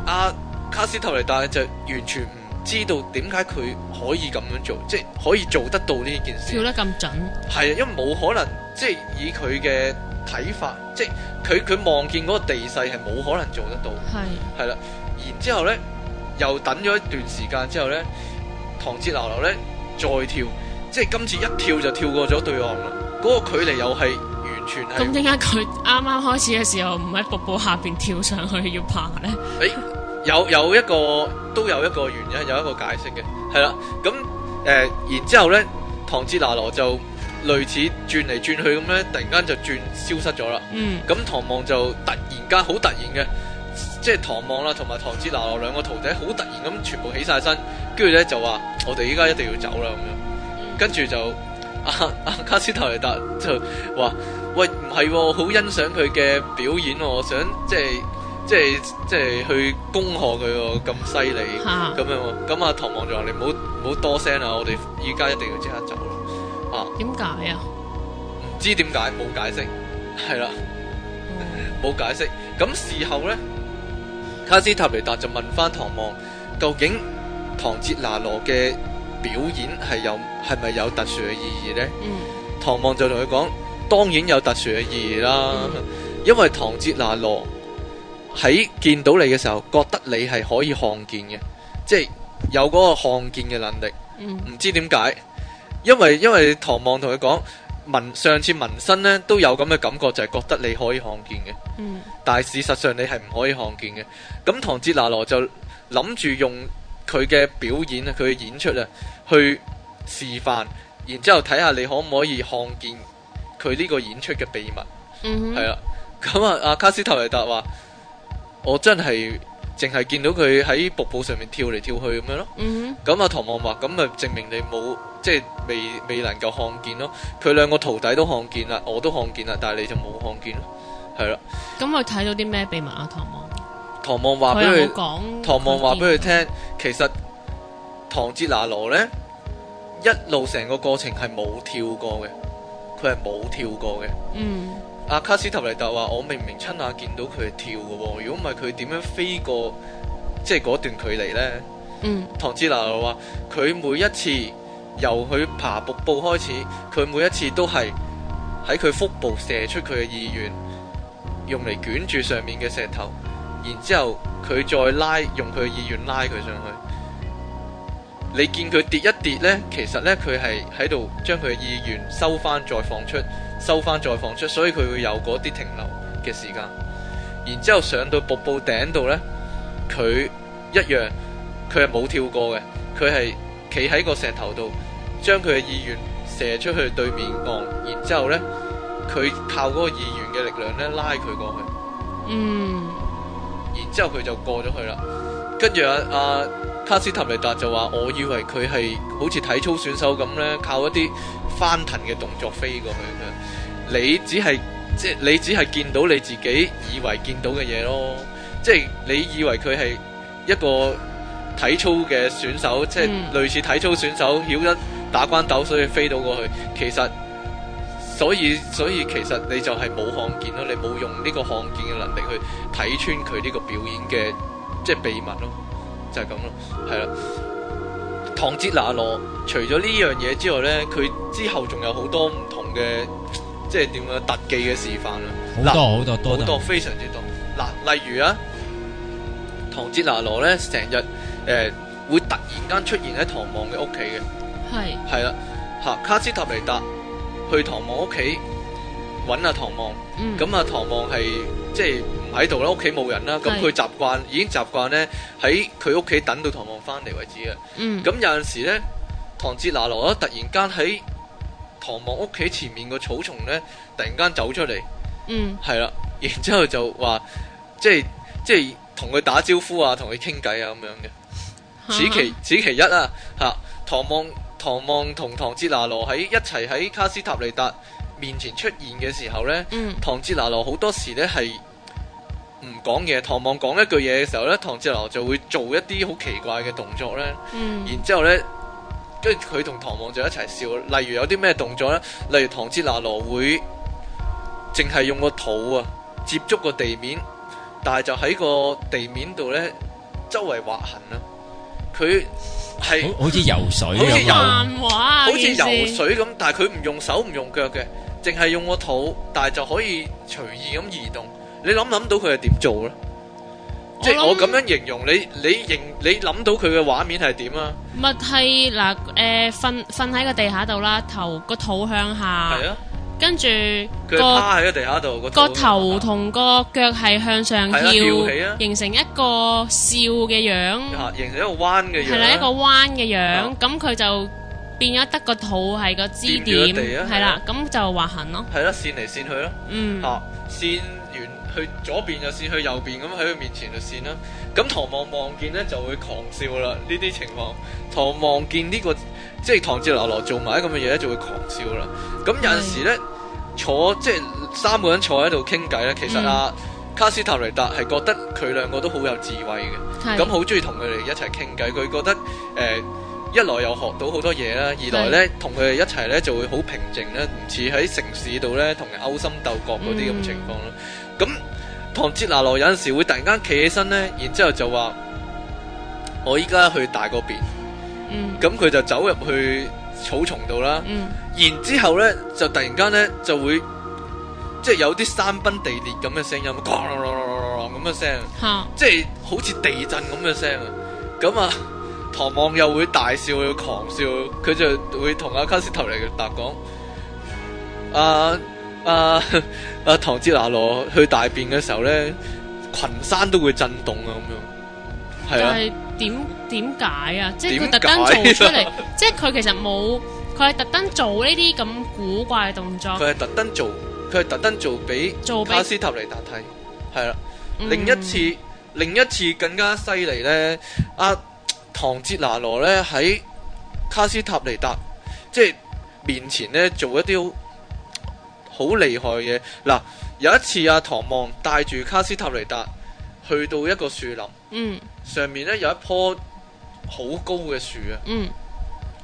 阿、卡斯特尼達就完全唔知道點解佢可以咁樣做，即係可以做得到呢件事
跳。得咁準，
係啊，因為冇可能，即係以佢嘅睇法，即係佢佢望見嗰個地勢係冇可能做得到。
係
係啦，然之後咧又等咗一段時間之後咧，唐哲流流咧再跳，即係今次一跳就跳過咗對岸啦。嗰、個距離又係完全係
咁點解佢啱啱開始嘅時候唔喺瀑布下邊跳上去要爬咧？
有有一個都有一個原因，有一個解釋嘅，係啦。咁誒、呃然之後咧，唐哲拿羅就類似轉嚟轉去咁咧，突然間就轉消失咗啦。
嗯
咁唐望就突然間好突然嘅，即係唐望啦，同埋唐哲拿羅兩個徒弟好突然咁全部起晒身，跟住咧就話：我哋依家一定要走啦咁樣。跟住就阿阿、卡斯特尼達就話：喂，唔係喎，好欣賞佢嘅表演喎，我想即係即係即係去恭賀佢喎，咁犀利
嚇
咁樣喎。咁啊，唐望就話：你唔好唔好多聲啊，我哋依家一定要即刻走啦。
點解啊？
唔知點解冇解釋，係啦。
哦
冇解釋。咁事後呢，卡斯塔尼達就問翻唐望，究竟唐哲拿羅嘅表演係有係咪有特殊嘅意義呢？
嗯
唐望就同佢講，當然有特殊嘅意義啦，因為唐哲拿羅喺見到你嘅時候，覺得你係可以看見嘅，即係有嗰個看見嘅能力。
嗯
唔知點解，因為因為唐望同佢講，紋上次紋身呢都有咁嘅感覺，就係、覺得你可以看見嘅。
嗯
但係事實上你係唔可以看見嘅。咁唐哲拿羅就諗住用佢嘅表演啊，佢嘅演出啊，去示範，然之後睇下你可唔可以看見佢呢個演出嘅秘密，
嗯
係
哼
啦、咁啊，阿卡斯特尼達話：我真係淨係見到佢喺瀑布上面跳嚟跳去咁樣咯。
嗯
咁啊，唐望話：咁咪證明你冇即係未未能夠看見咯。佢兩個徒弟都看見啦，我都看見啦，但係你就冇看見咯，係啦。
哼，咁佢睇到啲咩秘密啊？唐望
唐望話啊俾
佢有
佢
冇。講？啊
唐望話俾佢，聽，其實唐哲拿羅呢，一路成個過程係冇跳過嘅，佢係冇跳過嘅。
嗯
阿卡斯特尼達話：我明明親眼見到佢係跳嘅喎，如果唔係佢點樣飛過即係嗰段距離呢？
嗯
唐哲拿羅話：佢每一次由佢爬瀑布開始，佢每一次都係喺佢腹部射出佢嘅意願，用嚟捲住上面嘅石頭，然之後佢再拉，用佢嘅意願拉佢上去。你見佢跌一跌呢，其實呢，佢係喺度將佢嘅意願收翻再放出，收翻再放出，所以佢會有嗰啲停留嘅時間。然之後上到瀑布頂度呢，佢一樣。佢係冇跳過嘅，佢係企喺個石頭度，將佢嘅意願射出去對面岸，然之後呢，佢靠嗰個意願嘅力量呢拉佢過去，
嗯
然之後佢就過咗去啦。跟住啊阿阿卡斯塔尼達就話：我以為佢係好似體操選手咁呢，靠一啲翻騰嘅動作飛過去嘅。你只係即係你只係見到你自己以為見到嘅嘢咯。即係你以為佢係一個體操嘅選手，即係
嗯
類似體操選手曉得打關鬥，所以飛到過去。其實所以所以其實你就係冇看見咯，你冇用呢個看見嘅能力去睇穿佢呢個表演嘅即係秘密咯，就係咁咯，係啦。唐哲拿羅除咗呢樣嘢之外呢，佢之後仲有好多唔同嘅即係點樣特技嘅示範啦。
好多好多多
好
得
多非常之多。嗱，例如啊，唐哲拿羅咧成日誒會突然間出現喺唐望嘅屋企嘅，
係
係啦嚇卡斯塔尼達去唐望屋企揾阿唐望，
嗯
咁啊唐望係即係唔喺度啦，屋企冇人啦，咁
係
佢習慣已經習慣咧喺佢屋企等到唐望翻嚟為止啊嘅。
嗯
咁有陣時咧，唐哲拿羅咧突然間喺唐望屋企前面個草叢咧，突然間走出嚟。
嗯
系啦， 然之后就話即係即系同佢打招呼啊，同佢傾偈啊咁樣嘅。此其此其一啊，吓、唐望唐望同唐哲拿羅喺一齊喺卡斯塔利達面前出現嘅時候呢，
嗯
唐哲拿羅好多時呢係唔講嘢，唐望講一句嘢嘅時候呢，唐哲拿羅就會做一啲好奇怪嘅動作呢。
嗯
然之後咧，跟住佢同唐望就一齊笑。例如有啲咩動作咧？例如唐哲拿羅會淨係用個肚啊，接觸個地面，但係就喺個地面度咧周圍劃痕啦。佢係
好好似游水
好似
咁
游
樣
漫畫啊
好似
件事
游水咁，但係佢唔用手唔用腳嘅，淨係用個肚，但係就可以隨意咁移動。你諗唔諗到佢係點做咧？即係
我諗
我咁樣形容你，你形你諗到佢嘅畫面係點啊？
咪係嗱誒瞓瞓喺個地下度啦，頭個肚向下，
係啊。
跟住
佢
個
趴喺個地下度，個
個
肚
頭同個腳係向上
係啦翹起啊
翹，形成一個笑嘅樣，
啊形成一個彎嘅樣，
係啦一個彎嘅樣
啊，
咁佢就變咗得個肚係個支
掂住個地啊
點，係啦，咁就劃痕咯，
係啦，線嚟線去咯，
嗯
嚇線完去左邊就線，去右邊咁喺佢面前就線啦。咁唐望望見咧就會狂笑啦，呢啲情況，唐望見呢、個即係唐哲流羅做埋啲咁嘅嘢咧就會狂笑啦。咁有陣時咧
嗯
坐即係三個人坐喺度傾偈咧，其
嗯
實啊、卡斯塔尼達係覺得佢兩個都好有智慧
係
嘅。咁好中意同佢哋一齊傾偈，佢覺得誒、呃一來又學到好多嘢啦，二來呢，同佢哋一齊呢就會好平靜啦，唔似喺城市度呢同人勾心鬥角嗰啲咁情況啦。
嗯
咁、唐哲拿羅有陣時會突然間企起身呢，然之後就話：我依家去大個便。
嗯
咁佢就走入去草叢度啦。
嗯
然之後咧，就突然間咧就會即係有啲山崩地裂咁嘅聲音，咣啷啷啷啷啷咁嘅聲。
嚇
即係好似地震咁嘅聲啊！咁啊，唐望又會大笑，會狂笑，佢就會同阿卡斯頭嚟達講：啊啊 啊！唐哲拿羅去大便嘅時候咧，群山都會震動啊！咁樣係
但
啊，
係點點解啊？即係佢
點
特登做
解
出嚟
啊，
即係佢其實冇，佢係特登做呢啲咁古怪嘅動作，
佢係特登做，佢係特登做俾
做俾
卡斯塔尼達睇，係
嗯
啦。另一次，另一次更加犀利呢。阿、唐哲拿羅呢喺卡斯塔尼達即係面前呢做一啲好厲害嘅嘢。嗱，有一次阿、唐望帶住卡斯塔尼達去到一個樹林，
嗯
上面呢有一棵好高嘅樹啊。
嗯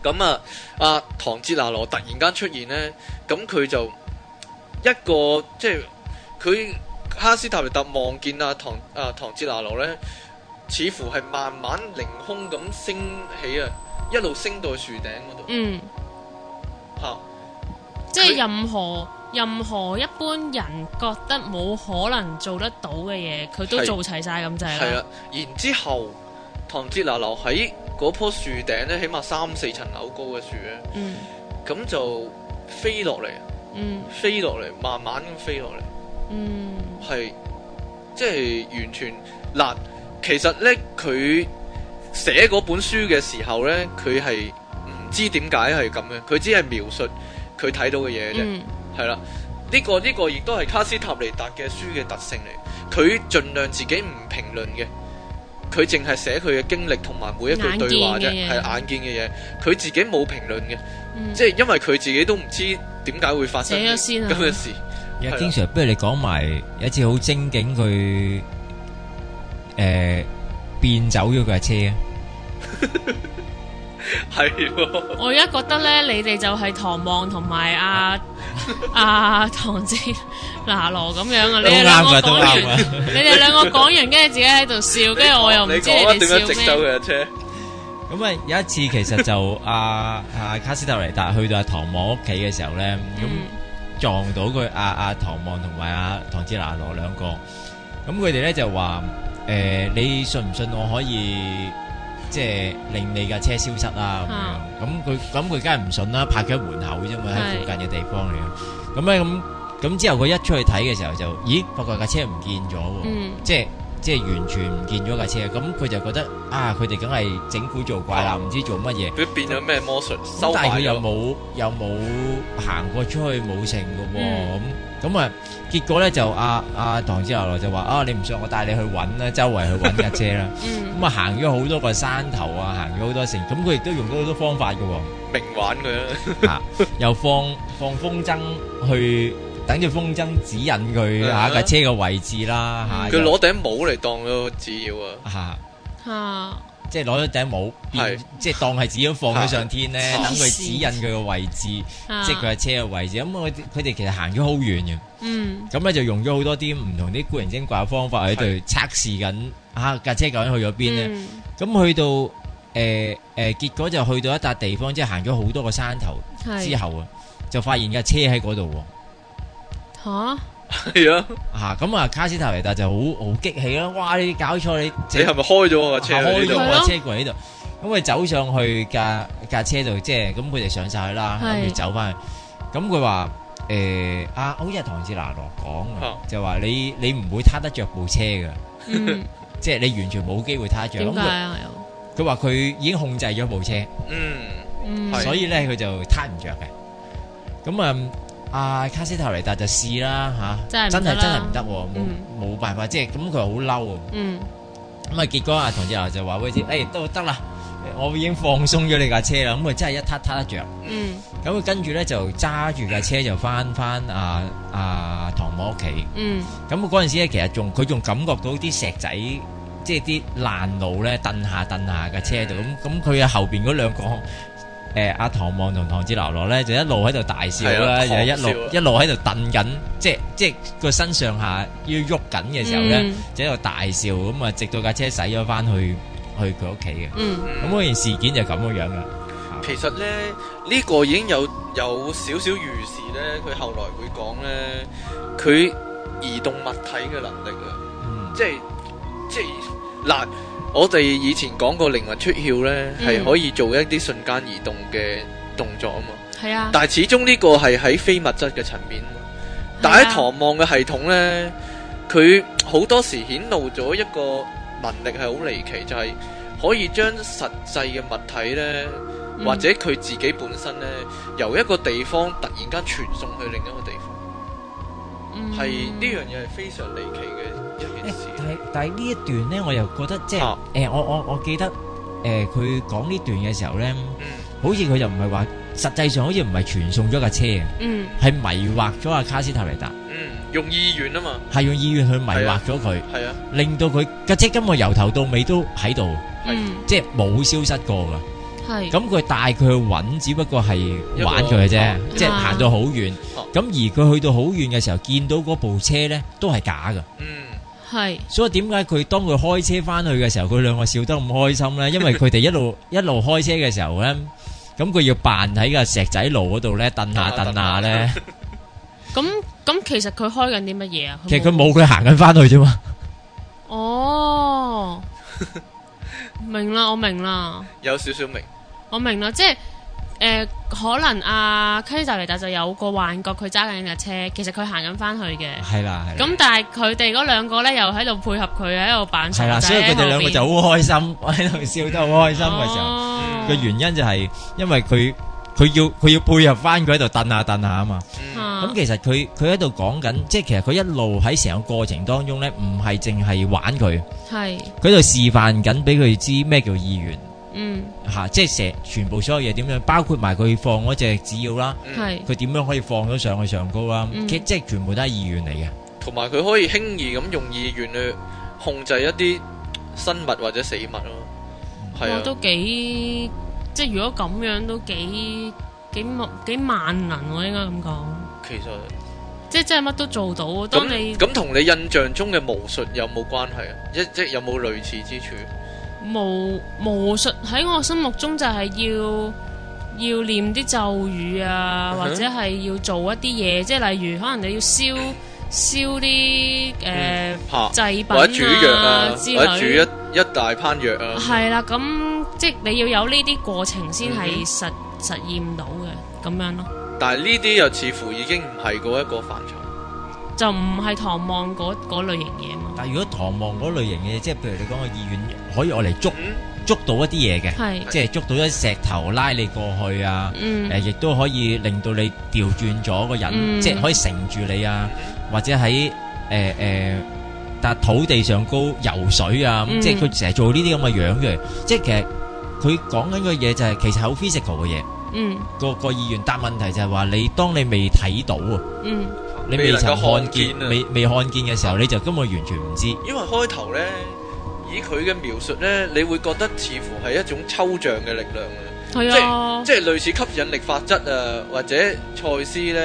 咁啊，阿唐哲拿羅突然間出現呢，咁佢就一個即係佢哈斯塔利特望見阿唐啊唐哲拿羅呢，似乎係慢慢凌空咁升起啊，一路升到去樹頂嗰度
嗯，
嚇。
即係
佢
任何任何一般人覺得冇可能做得到嘅嘢，佢都
係
做齊晒咁滯
係啊
啦
啦。，然之後唐哲拿羅喺嗰棵樹頂呢，起碼三四層樓高嘅樹咧，
嗯
咁就飛落嚟，
嗯
飛落嚟，慢慢咁飛落嚟。
嗯
係即係完全嗱，其實呢，佢寫嗰本書嘅時候呢，佢係唔知點解係咁嘅，佢只係描述佢睇到嘅嘢啫，
嗯
係啦、呢、個呢、個亦都係卡斯塔尼達嘅書嘅特性嚟，佢盡量自己唔評論嘅。佢淨係寫佢嘅經歷同埋每一句
眼見
對話啫，
嘅嘢
係眼見嘅嘢，佢自己冇評論嘅，
嗯，
即係因為佢自己都唔知點解會發生
寫咗
咁
先啊
嘅事。
阿 King Sir，不如你講埋有一次好精警，佢诶、變走咗佢架車。
係喎。
我而家覺得咧，你哋就係唐望同埋 阿阿唐哲拿羅咁樣啊！你哋兩個
都
講
啱㗎都啱啊
完，你哋兩個講完，跟住自己喺度笑，跟住我又唔知
你講啊，
哋
點樣
笑咩。
直走佢架車？
咁啊，有一次其實就阿阿卡斯特尼達去到阿唐望屋企嘅時候咧，
嗯
咁撞到佢阿阿唐望同埋阿唐哲拿羅兩個，咁佢哋咧就話：誒、你信唔信我可以即係令你架車消失啊？
啊
咁樣，咁佢咁佢梗係唔信啦，泊咗喺門口啫嘛，喺
係
附近嘅地方嚟嘅。咁咧
嗯
咁咁之後佢一出去睇嘅時候就，咦，發覺架車唔見咗喎。
嗯
即係即係完全唔見咗架車，咁佢就覺得啊，佢哋梗係整蠱做怪啦，唔知做乜嘢。
佢變咗咩魔術？收
咁但係佢
埋咗。
又冇又冇行過出去冇成嘅
嗯
喎，咁咁啊，結果咧就阿阿唐之流就話啊，你唔信我帶你去揾啦，周圍去揾架車 啦。
嗯
咁啊，行咗好多個山頭啊，行咗好多城，咁佢亦都用咗好多方法嘅喎。
明玩佢啦。
吓，又放放風箏去等住風箏指引
嗯
佢啊下架車嘅位置啦，吓又
佢攞頂帽嚟當咗個紙鷂啊。
吓。
啊，
即係攞咗頂帽，變
係
即係當係紙咁放咗上天咧，
係
等佢指引佢個位置，
啊
即係佢嘅車嘅位置。咁我佢哋其實行咗好遠嘅，
嗯
咁咧就用咗好多啲唔同啲古靈精怪嘅方法喺度測試緊啊架車究竟去咗邊啊咧。
嗯
咁去到誒誒、呃結果就去到一笪地方，即係行咗好多個山頭之
嗯係
後啊，就發現架車喺嗰度喎。
吓
啊，咁啊，卡斯塔尼達就好好激氣啦！哇，你搞錯你整
係啊，你係咪開咗我架車？
啊開咗
呢度？
係
架
咯
車過嚟呢度，咁佢走上去架架車度，即係咁佢哋上晒去啦，
係
諗住走翻去。咁佢話誒啊，好似係唐志拿羅講
啊
啊，就話你你唔會攤得着部車嘅，
嗯，
即係你完全冇機會攤得着。
點
咁
解
佢
啊？又
佢話佢已經控制咗部車，
Ừ.
嗯
係
所以咧佢就攤唔着嘅。咁啊。阿卡斯塔尼達就試啦嚇，
真係唔
真係
得啦
真係唔得喎，冇冇辦法，即係咁佢好嬲啊！
嗯
咁啊，結果阿唐志豪就話俾佢知，誒都得啦，我已經放鬆咗你架車啦，咁佢真係一撻撻得着。
嗯
咁佢跟住咧就揸住架車就啊翻翻阿阿唐母屋企。
嗯
咁啊嗰陣時咧，其實仲佢仲感覺到啲石仔，即係啲爛路咧，蹬下蹬下架車喺度。咁咁佢啊嘅後邊嗰兩個。誒阿唐望同唐志流落咧，就一路喺度大笑啦，
係啊
又一
狂笑啊
路一路喺度蹬緊，即係即係個身上下要喐緊嘅時候咧。
嗯
就喺度大笑咁啊，直到架車駛咗翻去去佢屋企嘅。
Ừ.
嗯
咁嗰件事件就咁嘅樣啦。
嗯。其實呢，呢個已經有-有少少預示呢，佢後來會講呢，佢移動物體嘅能力啊。
嗯
即係即係嗱，我哋以前講過靈魂出竅咧，
嗯
係可以做一啲瞬間移動嘅動作啊嘛。
係啊，
但係始終呢個係喺非物質嘅層面啊嘛。但喺唐望嘅系統咧，佢好多時顯露咗一個能力係好離奇，就係、可以將實際嘅物體咧，
嗯
或者佢自己本身咧，由一個地方突然間傳送去另一個地方，
嗯
係呢樣嘢係非常離奇嘅一件
誒
事。
但係但係呢一段咧，我又覺得即係誒、
啊
我我我記得誒，佢講呢段嘅時候咧，
嗯。
好似佢就唔係話實際上好似唔係傳送咗架車嘅，
嗯
係迷惑咗阿卡斯塔尼達，
嗯，用意願啊嘛，
係用意願去迷惑咗佢，
係啊，
令到佢架車根本由頭到尾都喺度，
嗯
即係冇消失過㗎。
係
咁佢帶佢去揾，只不過係玩佢嘅啫，即係行到好遠。
哦
咁而佢去到好遠嘅時候，見到嗰部車呢都係假嘅。
嗯，
係
所以點解佢當佢開車翻去嘅時候，佢兩個笑得咁開心呢？因為佢哋一路 一路開車嘅時候呢，咁佢要扮喺個石仔路嗰度呢，蹬下蹬下呢。
咁咁，其實佢開緊啲乜嘢啊？
其實佢冇佢行緊翻去 啫嘛。
哦， 明啦，我明啦，
有少少明，
我明啦，即系诶、呃可能啊阿卡斯特尼達就有個幻覺，佢揸緊架車，其實佢行緊翻去嘅。
係啦，係啦。
咁但係佢哋嗰兩個咧，又喺度配合佢喺度扮
係
傻
啦，
仔
所以佢哋兩個就好開心，喺度笑得好開心嘅時候。
候
個原因就係因為佢佢要佢要配合翻佢喺度蹬下蹬下啊嘛。
嗯，
啊
咁其實佢佢喺度講緊，即係其實佢一路喺成個過程當中咧，唔係淨係玩佢，
係
佢喺度示範緊俾佢知咩叫意願
嗯
嚇、即係成全部所有嘢點樣，包括埋佢放嗰隻紙鷂啦，
嗯，
係
佢點樣可以放咗上去上高啦，
嗯
其即係全部都係意願嚟嘅。
同埋佢可以輕易咁用意願去控制一啲生物或者死物咯。係
嗯我
啊，
都幾即係如果咁樣都幾幾莫幾萬能喎，應該咁講，
其實
即係真係乜都做到。當你
咁咁同你印象中嘅巫術有冇關係啊？一即係有冇類似之處？
巫巫術喺我心目中就係要要念啲咒語啊，
嗯哼
或者係要做一啲嘢，即係例如可能你要燒燒啲誒
嚇，
祭啊品
或者煮藥啊，
之
或者煮
類。
一一大烹藥啊。
係啦，咁即係你要有呢啲過程先
嗯
係實實驗到嘅咁樣咯，
但係呢啲又似乎已經唔係嗰一個範疇。
就唔係唐望嗰嗰類型嘢嘛。
但係如果唐望嗰類型嘅嘢，即係譬如你講個意願，可以我嚟捉
嗯
捉到一啲嘢嘅，
係，
即係捉到一石頭拉你過去啊。
嗯，
誒，亦都可以令到你調轉咗個人，
嗯
即係可以乘住你
嗯
啊，或者喺誒誒，但土地上高游水啊，咁
嗯
即係佢成日做呢啲咁嘅樣嘅，即係其實佢講緊嘅嘢就係其實係好 physical 嘅嘢，
嗯，
個個意願，但問題就係話你當你未睇到啊，
嗯，
你
未
未
能
曾
夠
看
見
見，
啊
未未看見嘅時候，你就根本完全唔知，
因為開頭呢，以佢嘅描述呢，你會覺得似乎係一種抽象嘅力量啊。
係啊，
即係類似吸引力法則啊，或者賽斯呢，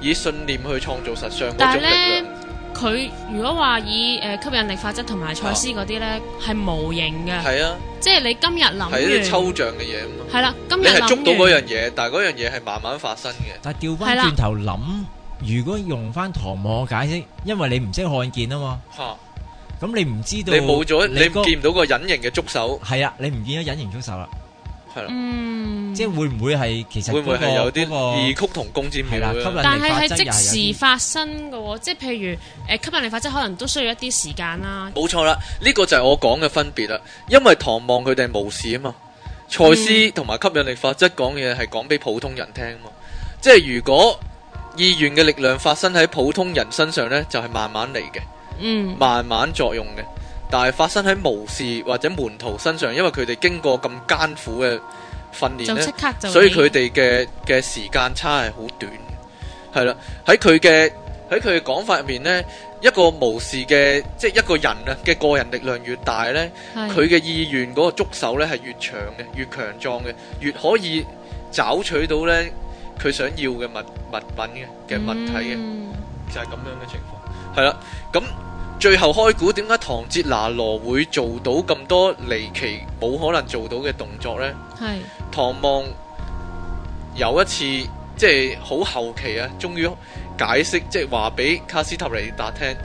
以信念去創造實相嗰種
但係
力
咧
量。，
佢如果話以誒吸引力法則同埋賽斯嗰啲咧，係無形嘅，
啊係啊，
即係你今日諗
係一啲
完，
抽象嘅嘢咁啊。
係啦，今
你
日
係捉到
諗完，
嗰樣嘢，但係嗰樣嘢係慢慢發生嘅。
但係調翻
係啦
轉頭諗，如果用翻唐望嘅解釋，因為你唔識看見啊嘛，
嚇！
咁你唔知道
你冇咗，你
個
見唔到個隱形嘅觸手，
係啊，你唔見咗隱形觸手啦。
係啦，
嗯，
即係會唔會係其實
會唔會
嗰個
係有啲
嗰個
異曲同工之妙
係啦吸
咧？
引
但
力法
係
則
係
又係有
即
啲
時發生嘅喎，即係譬如誒吸引力法則可能都需要一啲時間啦，
冇錯啦，呢個就係我講嘅分別啦。因為唐望佢哋係無視啊嘛，賽斯同埋吸引力法則講嘢係講俾普通人聽啊嘛。即係如果意願嘅力量發生喺普通人身上呢，就係慢慢嚟嘅。
嗯，
慢慢作用嘅，但係發生喺巫士或者門徒身上，因為佢哋經過咁艱苦嘅訓練
就即
呢，
刻就
所以佢
嚟
哋嘅嘅時間差係好短嘅，係啦。喺佢嘅喺佢嘅講法入面呢，一個巫士嘅即係一個人啊嘅個人力量越大呢，
係
佢嘅意願嗰個觸手呢係越長嘅，越強壯嘅，越可以找取到呢佢想要嘅物物品嘅嘅物體嘅。
嗯
就係咁樣嘅情況。係啦，咁最後開估點解唐哲拿羅會做到咁多離奇冇可能做到嘅動作呢？
係
唐望有一次即係好後期啊，終於解釋即係話俾卡斯塔尼達聽。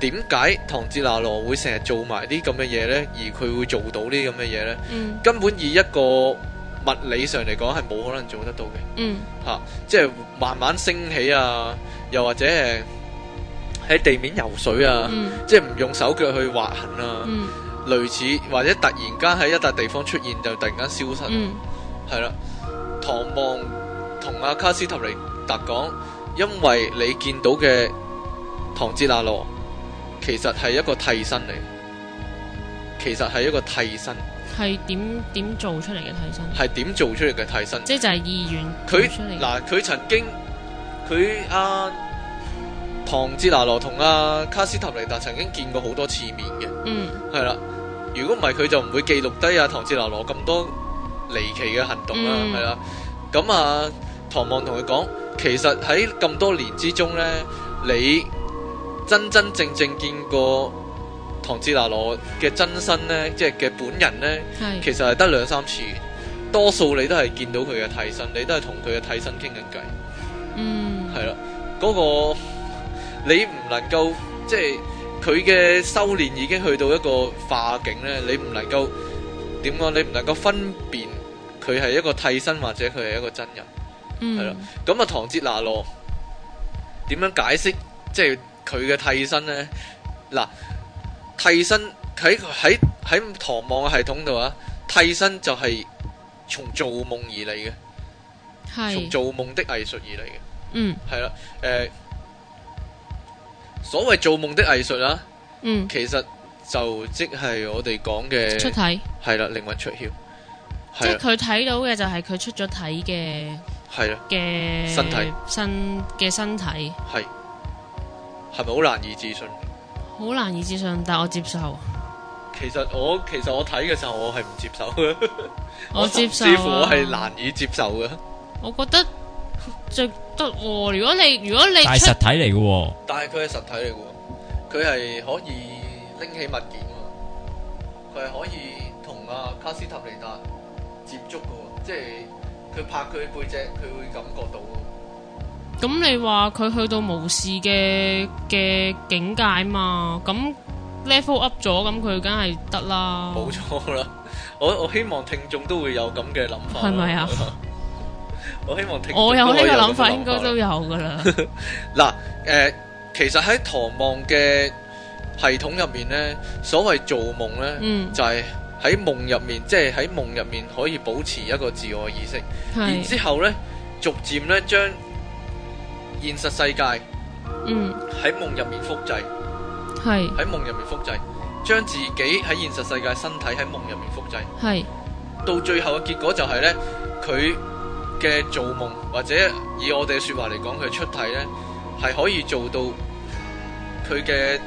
點解唐哲拿羅會成日做埋啲咁嘅嘢呢？而佢會做到呢啲咁嘅嘢呢？
嗯
根本以一個物理上嚟講係冇可能做得到嘅。
嗯
吓、即係慢慢升起啊，又或者誒喺地面游水啊，
嗯
即係唔用手腳去滑行啊，
嗯
類似或者突然間喺一笪地方出現就突然間消失，
嗯
係啦、唐望同阿卡斯塔尼達講，因為你見到嘅唐哲那羅其實係一個替身嚟，其實係一個替身，
係點點做出嚟嘅替身，
係點做出嚟嘅替身？
即係就係意願做
佢
出嚟嘅
嗱，佢曾經佢阿唐哲拿羅同阿卡斯塔尼達曾經見過好多次面嘅，
嗯
係啦。如果唔係，佢就唔會記錄低阿唐哲拿羅咁多離奇嘅行動啦，
嗯
係啦、咁啊，唐望同佢講，其實喺咁多年之中呢，你真真正正見過唐哲拿羅嘅真身呢，即係嘅本人呢。
係
其實係得兩三次，多數你都係見到佢嘅替身，你都係同佢嘅替身傾緊偈，
嗯
係啦，嗰、個你唔能夠即係佢嘅修煉已經去到一個化境咧，你唔能夠點講？你唔能夠分辨佢係一個替身或者佢係一個真人。
嗯
係啦咁啊，唐哲拿羅點樣解釋即係佢嘅替身呢？嗱，替身喺喺喺唐望嘅系統度啊，替身就係從做夢而嚟嘅，從
係
做夢的藝術而嚟嘅，
嗯
係啦，誒、所謂做夢的藝術啦，
嗯
其實就即係我哋講嘅
出體，
係啊啦，靈魂出啊竅，
即
係
係
啦，
佢睇到嘅就係佢出咗體嘅
係啦，
嘅
身體
身嘅身體，
係係咪好難以置信？
好難以置信，但我接受。
其實我其實我睇嘅時候我係唔接受嘅，
我接受啊
甚至乎我係難以接受嘅。
我覺得值得喎。如果你如果你
但係
出
實體嚟嘅喎，
但係佢係實體嚟嘅喎，佢係可以拎起物件喎，佢係可以同阿卡斯塔尼達接觸嘅喎，即係佢拍佢背脊，佢會感覺到喎。
咁你話佢去到無視嘅嘅境界嘛？咁 level up 咗，咁佢梗係得啦。
冇錯啦，我我希望聽眾都會有咁嘅諗法啦。
係咪啊
我希望聽眾
我有呢
都可以
個
咁嘅
諗法，應該
啦
都有噶 啦。
嗱，誒、其實喺唐望嘅系統入面咧，所謂做夢咧，
嗯，
就係喺夢入面，即係喺夢入面可以保持一個自我意識，然
係，
之後咧，逐漸咧將現實世界
嗯，
喺夢入面複製，
係，
喺夢入面複製，將自己喺現實世界身體喺夢入面複製，
係，
到最後嘅結果就係咧，佢嘅做夢或者以我哋嘅説話嚟講，佢出體咧係可以做到佢嘅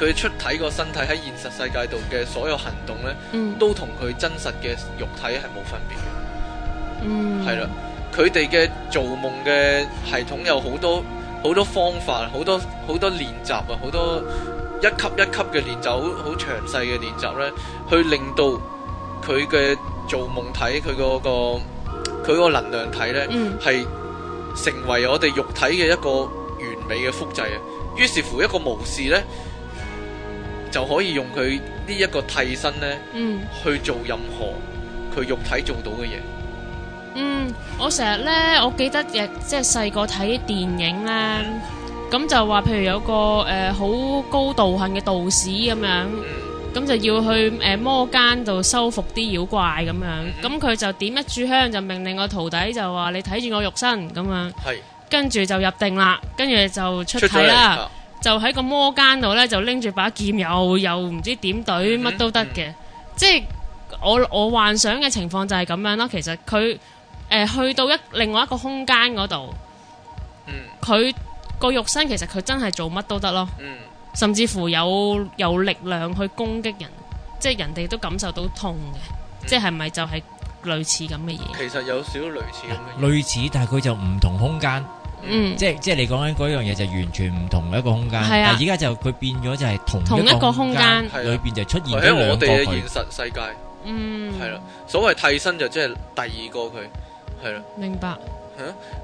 佢出體個身體喺現實世界度嘅所有行動咧，
嗯，
都同佢真實嘅肉體係冇分別嘅。
嗯，
係啦，佢哋嘅做夢嘅系統有好多好多方法，好多好多練習啊，好多一級一級嘅練習，好好詳細嘅練習咧，去令到佢嘅做夢體，佢嗰、個佢個能量體咧，
嗯，
係成為我哋肉體嘅一個完美嘅複製啊。於是乎，一個無視咧就可以用佢呢一個替身咧
嗯，
去做任何佢肉體做到嘅嘢。
嗯，我成日咧，我記得亦即係細個睇電影咧，咁就話譬如有個誒好高道行嘅道士咁樣。
嗯。
咁就要去誒、呃魔間度收服啲妖怪咁
嗯
樣，咁佢就點一炷香就命令個徒弟就話你睇住我肉身咁樣，
係
跟住就入定啦，跟住就嗯出
出
體
咗
啦，
嚟，啊
就喺個魔間度呢，就拎住把劍又又唔知點懟
嗯
乜都得嘅，即係我我幻想嘅情況就係咁樣啦。其實佢誒、呃去到一另外一個空間嗰度，
嗯
佢個肉身其實佢真係做乜都得咯。
嗯
甚至乎有有力量去攻擊人，即係人哋都感受到痛嘅，即係咪就係類似咁嘅嘢？
嗯其實有少少類似咁嘅嘢，
類似，但係佢就唔同空間，
嗯，
即係即係你講緊嗰樣嘢就完全唔同一個空間。
係啊
但係而家就佢變咗就係同
同一
個
個
空
空
間
間，
係啊
裏邊就出現
佢喺
咗兩
我哋
個
嘅
佢
現。實世界
嗯，
係啦，，所謂替身就即係第二個佢係啦。
明白，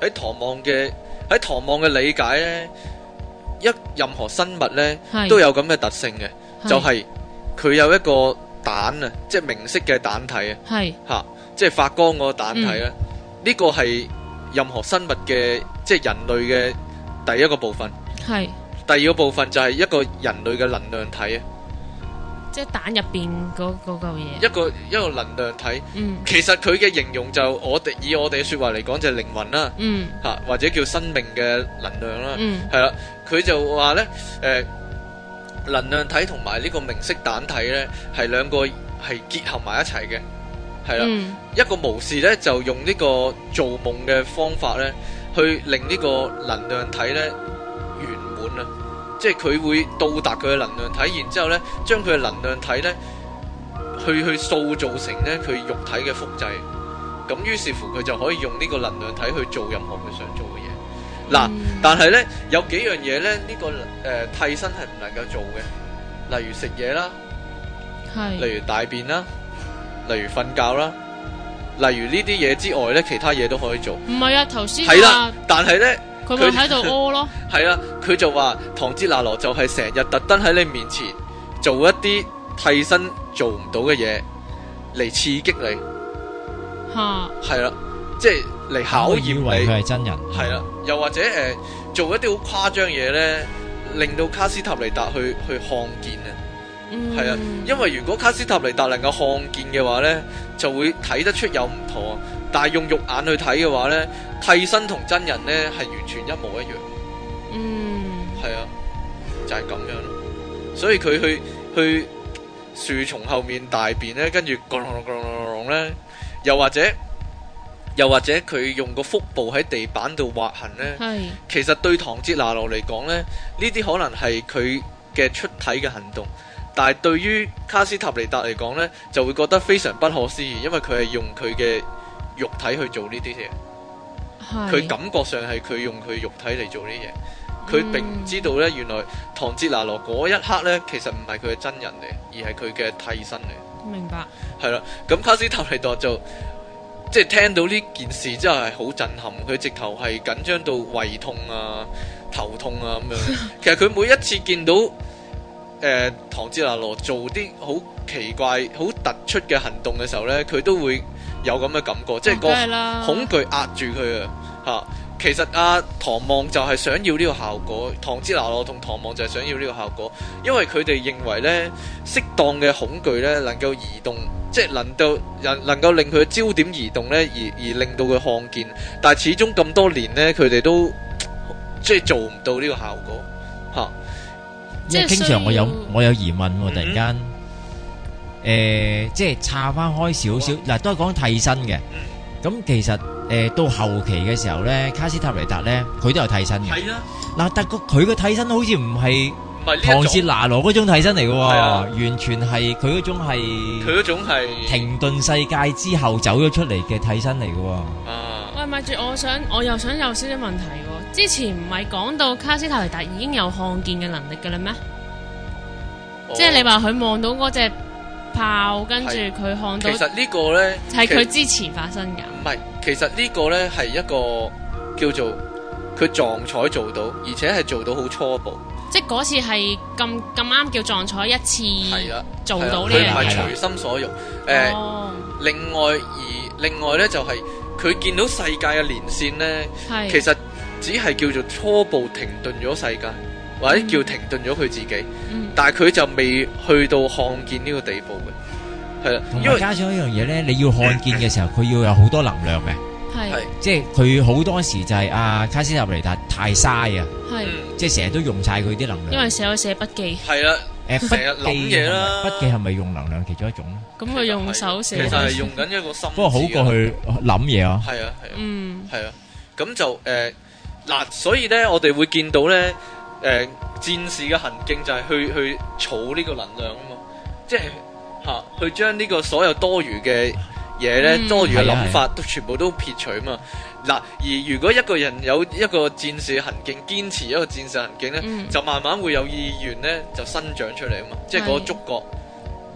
喺唐望嘅喺唐望嘅理解咧，一任何生物咧
係
都有咁嘅特性嘅，
係
就係佢有一個蛋啊，即係明色嘅蛋體啊，
係
吓，即係發光嗰個蛋體啦。呢個係任何生物嘅即係人類嘅第一個部分，
係，
第二個部分就係一個人類嘅能量體啊，
即係蛋入邊嗰嗰嚿嘢，
一個一個能量體。
嗯
其實佢嘅形容就我哋以我哋嘅説話嚟講就係靈魂啦，
嗯
嚇、或者叫生命嘅能量啦，
嗯
係啦、佢就話呢，誒、能量體同埋呢個明色蛋體呢，係兩個係結合埋一齊嘅，係啦。
嗯
一個無視呢，就用呢個做夢嘅方法呢，去令呢個能量體呢圓滿啊！即係佢會到達佢嘅能量體，然之後呢，將佢嘅能量體呢，去去塑造成呢佢肉體嘅複製。咁於是乎佢就可以用呢個能量體去做任何佢想做嘅嘢。嗱，
嗯
但係呢，有幾樣嘢呢，呢、個誒、呃替身係唔能夠做嘅，例如食嘢啦。
係
例如大便啦，例如瞓覺啦，例如呢啲嘢之外呢，其他嘢都可以做。
唔係啊？頭先
係啦
話，
但係呢，
佢咪喺度屙 咯，
係啦，佢就話唐哲拿羅就係成日特登喺你面前做一啲替身做唔到嘅嘢嚟刺激你，
嚇
係啦，即係嚟考驗
我以為
你，
佢係真人。
係啦，又或者诶、呃做一啲好誇張嘢呢，令到卡斯塔尼達去去看見啊。
嗯
係啊，因為如果卡斯塔尼達能夠看見嘅話呢，就會睇得出有唔妥。但係用肉眼去睇嘅話呢，替身同真人呢係完全一模一樣。
嗯
係啊，就係、咁樣咯。所以佢去去樹叢後面大便呢，跟住咣啷咣啷咣咧，又或者又或者佢用個腹部喺地板度劃痕呢。
係
其實對唐哲拿羅嚟講呢，呢啲可能係佢嘅出體嘅行動，但係對於卡斯塔尼達嚟講呢，就會覺得非常不可思議，因為佢係用佢嘅肉體去做呢啲嘢。
係
佢感覺上係佢用佢肉體嚟做呢嘢，佢並唔知道呢，原來唐哲拿羅嗰一刻呢，其實唔係佢嘅真人嚟，而係佢嘅替身嚟。
嗯明白，
係啦，咁卡斯塔尼達就即係聽到呢件事之後係好震撼，佢直頭係緊張到胃痛啊、頭痛啊 咁樣。其實佢每一次見到誒、呃唐哲拿羅做啲好奇怪、好突出嘅行動嘅時候呢，佢都會有咁嘅感覺，即係個
哦梗係啦，
恐懼壓住佢啊！嚇，其實啊，唐望就係想要呢個效果，唐之拿羅同唐望就係想要呢個效果，因為佢哋認為呢適當嘅恐懼呢能夠移動，即係能夠能能夠令佢嘅焦點移動呢，而而令到佢看見。但係始終咁多年呢，佢哋都即係做唔到呢個效果嚇。
即係
因為經
需要
常我有-
嗯
我有疑問喎，突然間。誒，即係岔返開少少，
啊
嗱，都係講替身嘅。
嗯。
嗯
咁其實，誒，到後期嘅時候呢，卡斯塔尼達呢，佢都有替身嘅。
係啊，
嗱，但個-佢嘅替身好似唔係
唔係呢一種，
唐哲拿羅嗰種替身嚟嘅喎，
係啊。
完全係佢嗰種係
佢嗰種係
停頓世界之後走咗出嚟嘅替身嚟嘅喎。
啊，
喂，咪住，我想我又想有少少問題喎。之前唔係講到卡斯塔尼達已經有看見嘅能力嘅啦咩？
哦
即係你話佢望到嗰只炮，跟住
係
佢看
其
到，
實呢個呢，
係
其
佢之前發生㗎。
唔係，其實呢個呢係一個叫做佢撞彩做到，而且係做到好初步，
即係嗰次係咁咁啱叫撞彩一次
係啦，
嗯做到呢
係啦
樣
佢唔係
嘢
隨心所欲。誒、
嘢。哦，
另外而另外呢，就係、佢見到世界嘅連線呢，
係
其實只係叫做初步停頓咗世界，或者叫停頓咗佢自己，
嗯
但係佢就未去到看見呢個地步嘅，係啦，因為
同埋加上一樣嘢呢，你要看見嘅時候，佢要有好多能量嘅。
係
係
即係佢好多時就係、啊卡斯塔尼達太嘥啊，
係，
嗯
即係成日都用晒佢啲能
因
量。
為寫咗寫筆記，
係啦，
誒
成日諗嘢啦
筆記係咪用能量其中一種？
咁佢用手
其
寫。
實係用緊一個心，啊
不過好過去諗嘢啊。
係啊係啊。
嗯，
係啊，咁就诶嗱、所以咧，我哋會見到咧，诶、戰士嘅行徑就係去去儲呢個能量啊嘛，即係吓、嚇去將呢個所有多餘嘅嘢咧，
嗯
多餘嘅
係啊
諗法都全部都撇除啊嘛。嗱、而如果一個人有一個戰士行徑，堅持一個戰士行徑咧，
嗯
就慢慢會有意願咧，就生長出嚟啊嘛，即係嗰個
係
觸覺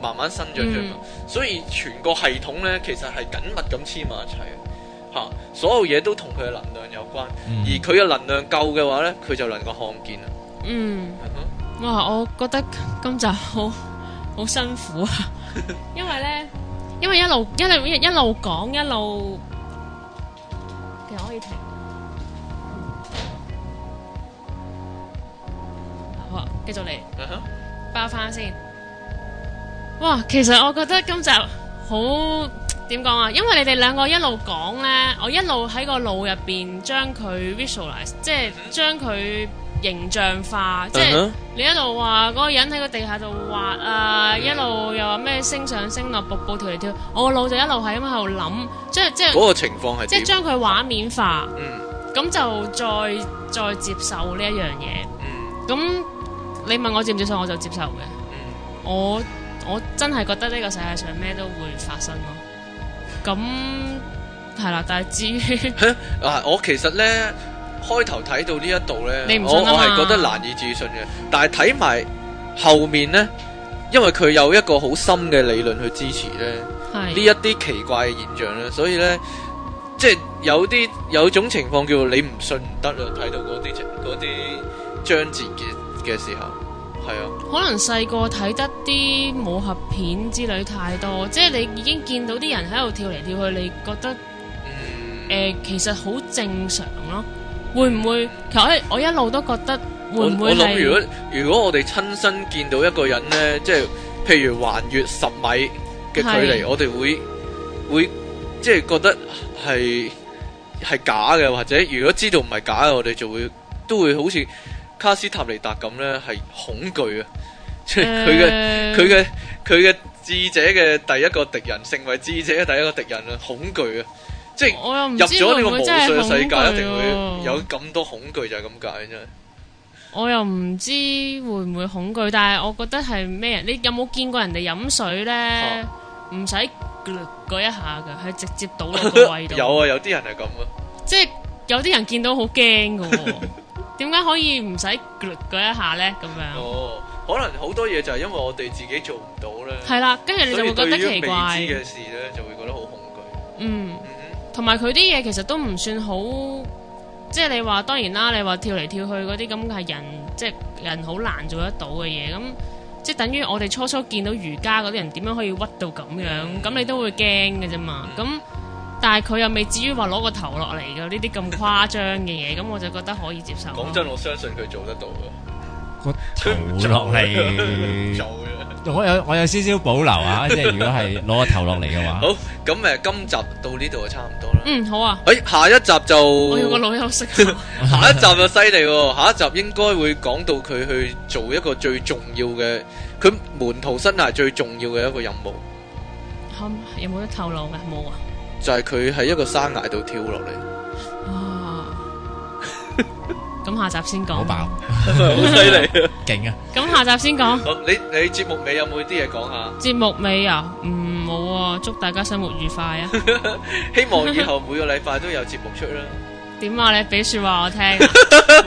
慢慢生長出嚟嘛。所以全個系統咧，其實係緊密咁黐埋一齊嘅，嚇、所有嘢都同佢嘅能量有關，
嗯
而佢嘅能量夠嘅話咧，佢就能夠看見啦。啊
嗯，
嗯哼
哇！我覺得今集好好辛苦啊，因為咧，因為一路一路一路講一路，其實可以停。好啊，繼續嚟。
嗯哼
包翻先。哇，其實我覺得今集好點講啊，因為你哋兩個一路講呢，我一路喺個腦入邊將佢 visualize，即係將佢形象化，即係
嗯
你一路話嗰個人喺個地下度滑啊，一路又話咩升上升落瀑布跳嚟跳，我個腦就一路係咁喺度諗，即係即
哼嗰
係
個情況係
即係
點？
將佢畫面化，
嗯
咁就再再接受呢一樣嘢。
嗯
咁你問我接唔接受，我就接受嘅。
嗯，
我我真係覺得呢個世界上咩都會發生咯。咁係啦，但係至於
啊，我其實咧開頭睇到呢一度
你
咧，
唔
我
信啊
我係
嘛
覺得難以置信嘅，但係睇埋後面咧，因為佢有一個好深嘅理論去支持咧。呢
係
一啲奇怪嘅現象咧，所以咧，即係有啲有種情況叫做你唔信唔得啦，睇到嗰啲嗰啲章節嘅嘅時候，係啊，
可能細個睇得啲武俠片之類太多，即係你已經見到啲人喺度跳嚟跳去，你覺得
嗯，
誒、其實好正常咯。會唔會？其實哎我我一路都覺得
我
會唔會
我諗如
係
果如果我哋親身見到一個人咧，即係譬如橫越十米嘅距離，
係
我哋會會即係覺得係係假嘅，或者如果知道唔係假嘅，我哋就會都會好似卡斯塔尼達咁咧，係恐懼啊， 即係
呃
佢嘅。
嘅
佢嘅佢嘅智者嘅第一個敵人，成為智者嘅第一個敵人啊，恐懼啊，即係
哦我又唔
入
知會
咗呢
唔
個
會
無
真
上
係
世界，一
恐
定
懼
會
喎
有咁多恐懼就係咁解真係。
我又唔知會唔會恐懼，但係我覺得係咩人？你有冇見過人哋飲水呢？
哦
唔使咕嗰一下㗎，係直接倒落個胃度。
有啊，有啲人係咁啊，
即係有啲人見到好驚㗎喎。 點解可以唔使咕嗰一下呢？咁樣
哦，可能好多嘢就係因為我哋自己做唔到咧，
係啦，跟住你就
所以
會覺
對
得
於
奇
未知
怪。
嘅事咧，就會覺得好恐懼。
嗯，
嗯哼
同埋佢啲嘢其實都唔算好，即係你話當然啦，你話跳嚟跳去嗰啲咁係人，即係人好難做得到嘅嘢，咁即係等於我哋初初見到瑜伽嗰啲人點樣可以屈到咁
嗯
樣，咁你都會驚嘅啫嘛。咁但係佢又未至於話攞個頭落嚟嘅呢啲咁誇張嘅嘢，咁我就覺得可以接受咯。
講真，我相信佢做得到嘅，
個
佢唔做
頭落
嘅做
嚟，
嘅。
我有我有少少保留啊，即係如果係攞個頭落嚟嘅話
好，咁誒，今集到呢度就差唔多啦。
嗯，好啊，
誒、下一集
我哦要個
就
腦休息 下。
下一集就犀利喎，下一集應該會講到佢去做一個最重要嘅，佢門徒生涯最重要嘅一個任務，
可唔有冇得透露嘅？冇啊。
就係佢喺一個山崖度跳落嚟，
啊，咁下集先
好
講。
爆，
好犀利啊！
勁啊！
咁下集先講。
好，你你節目尾有冇啲嘢講下？
節目尾啊，嗯冇啊，祝大家生活愉快啊！
希望以後每個禮拜都有節目出啦。
點啊？你俾說話我聽啊，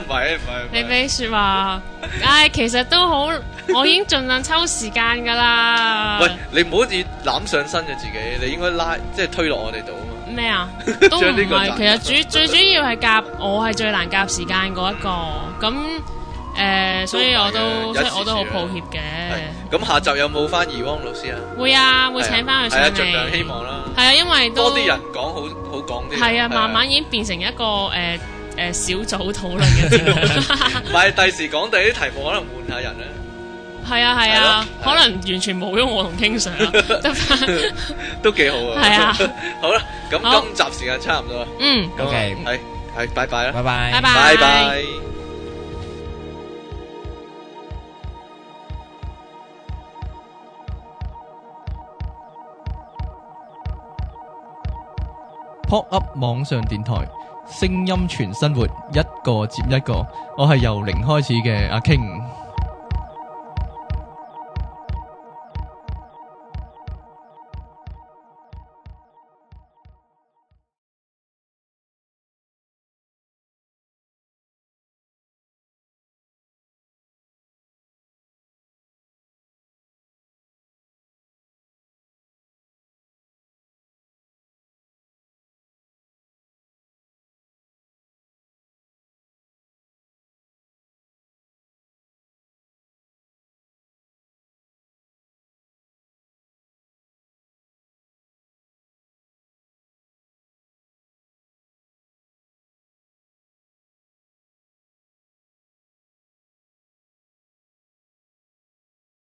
唔係唔係，
你俾说話，唉，其實都好，我已經盡量抽時間噶啦。
喂，你唔好好似攬上身嘅自己，你應該拉即係推落我哋度啊嘛。
咩啊？都唔
將呢個
係，其
摘
實主最主要係夾，我係最難夾時間嗰一個。咁诶、呃所以我
都唔
都，
係
所
嘅
以我都好抱歉嘅。
係咁下集有冇翻怡汪老師啊？
會啊，會請翻佢上
係啊，
嚟。
盡量希望啦。
係啊，因為都
多啲人講好好講啲。
係啊，慢慢已經變成一個诶诶、呃小組討論嘅節目。
唔係第時講第啲題目可能換下人咧，
系啊系啊，
係咯
可能完全冇咗我同 King Sir 啦，得 翻
都幾好啊。
係啊，
好啦，
好
咁今集時間差唔多啦，
嗯，
咁啊
OK
係係，拜拜啦，
拜拜
拜。
拜拜。
Pop Up 網上電台，聲音全生活，一個接一個。我係由零開始嘅阿 King。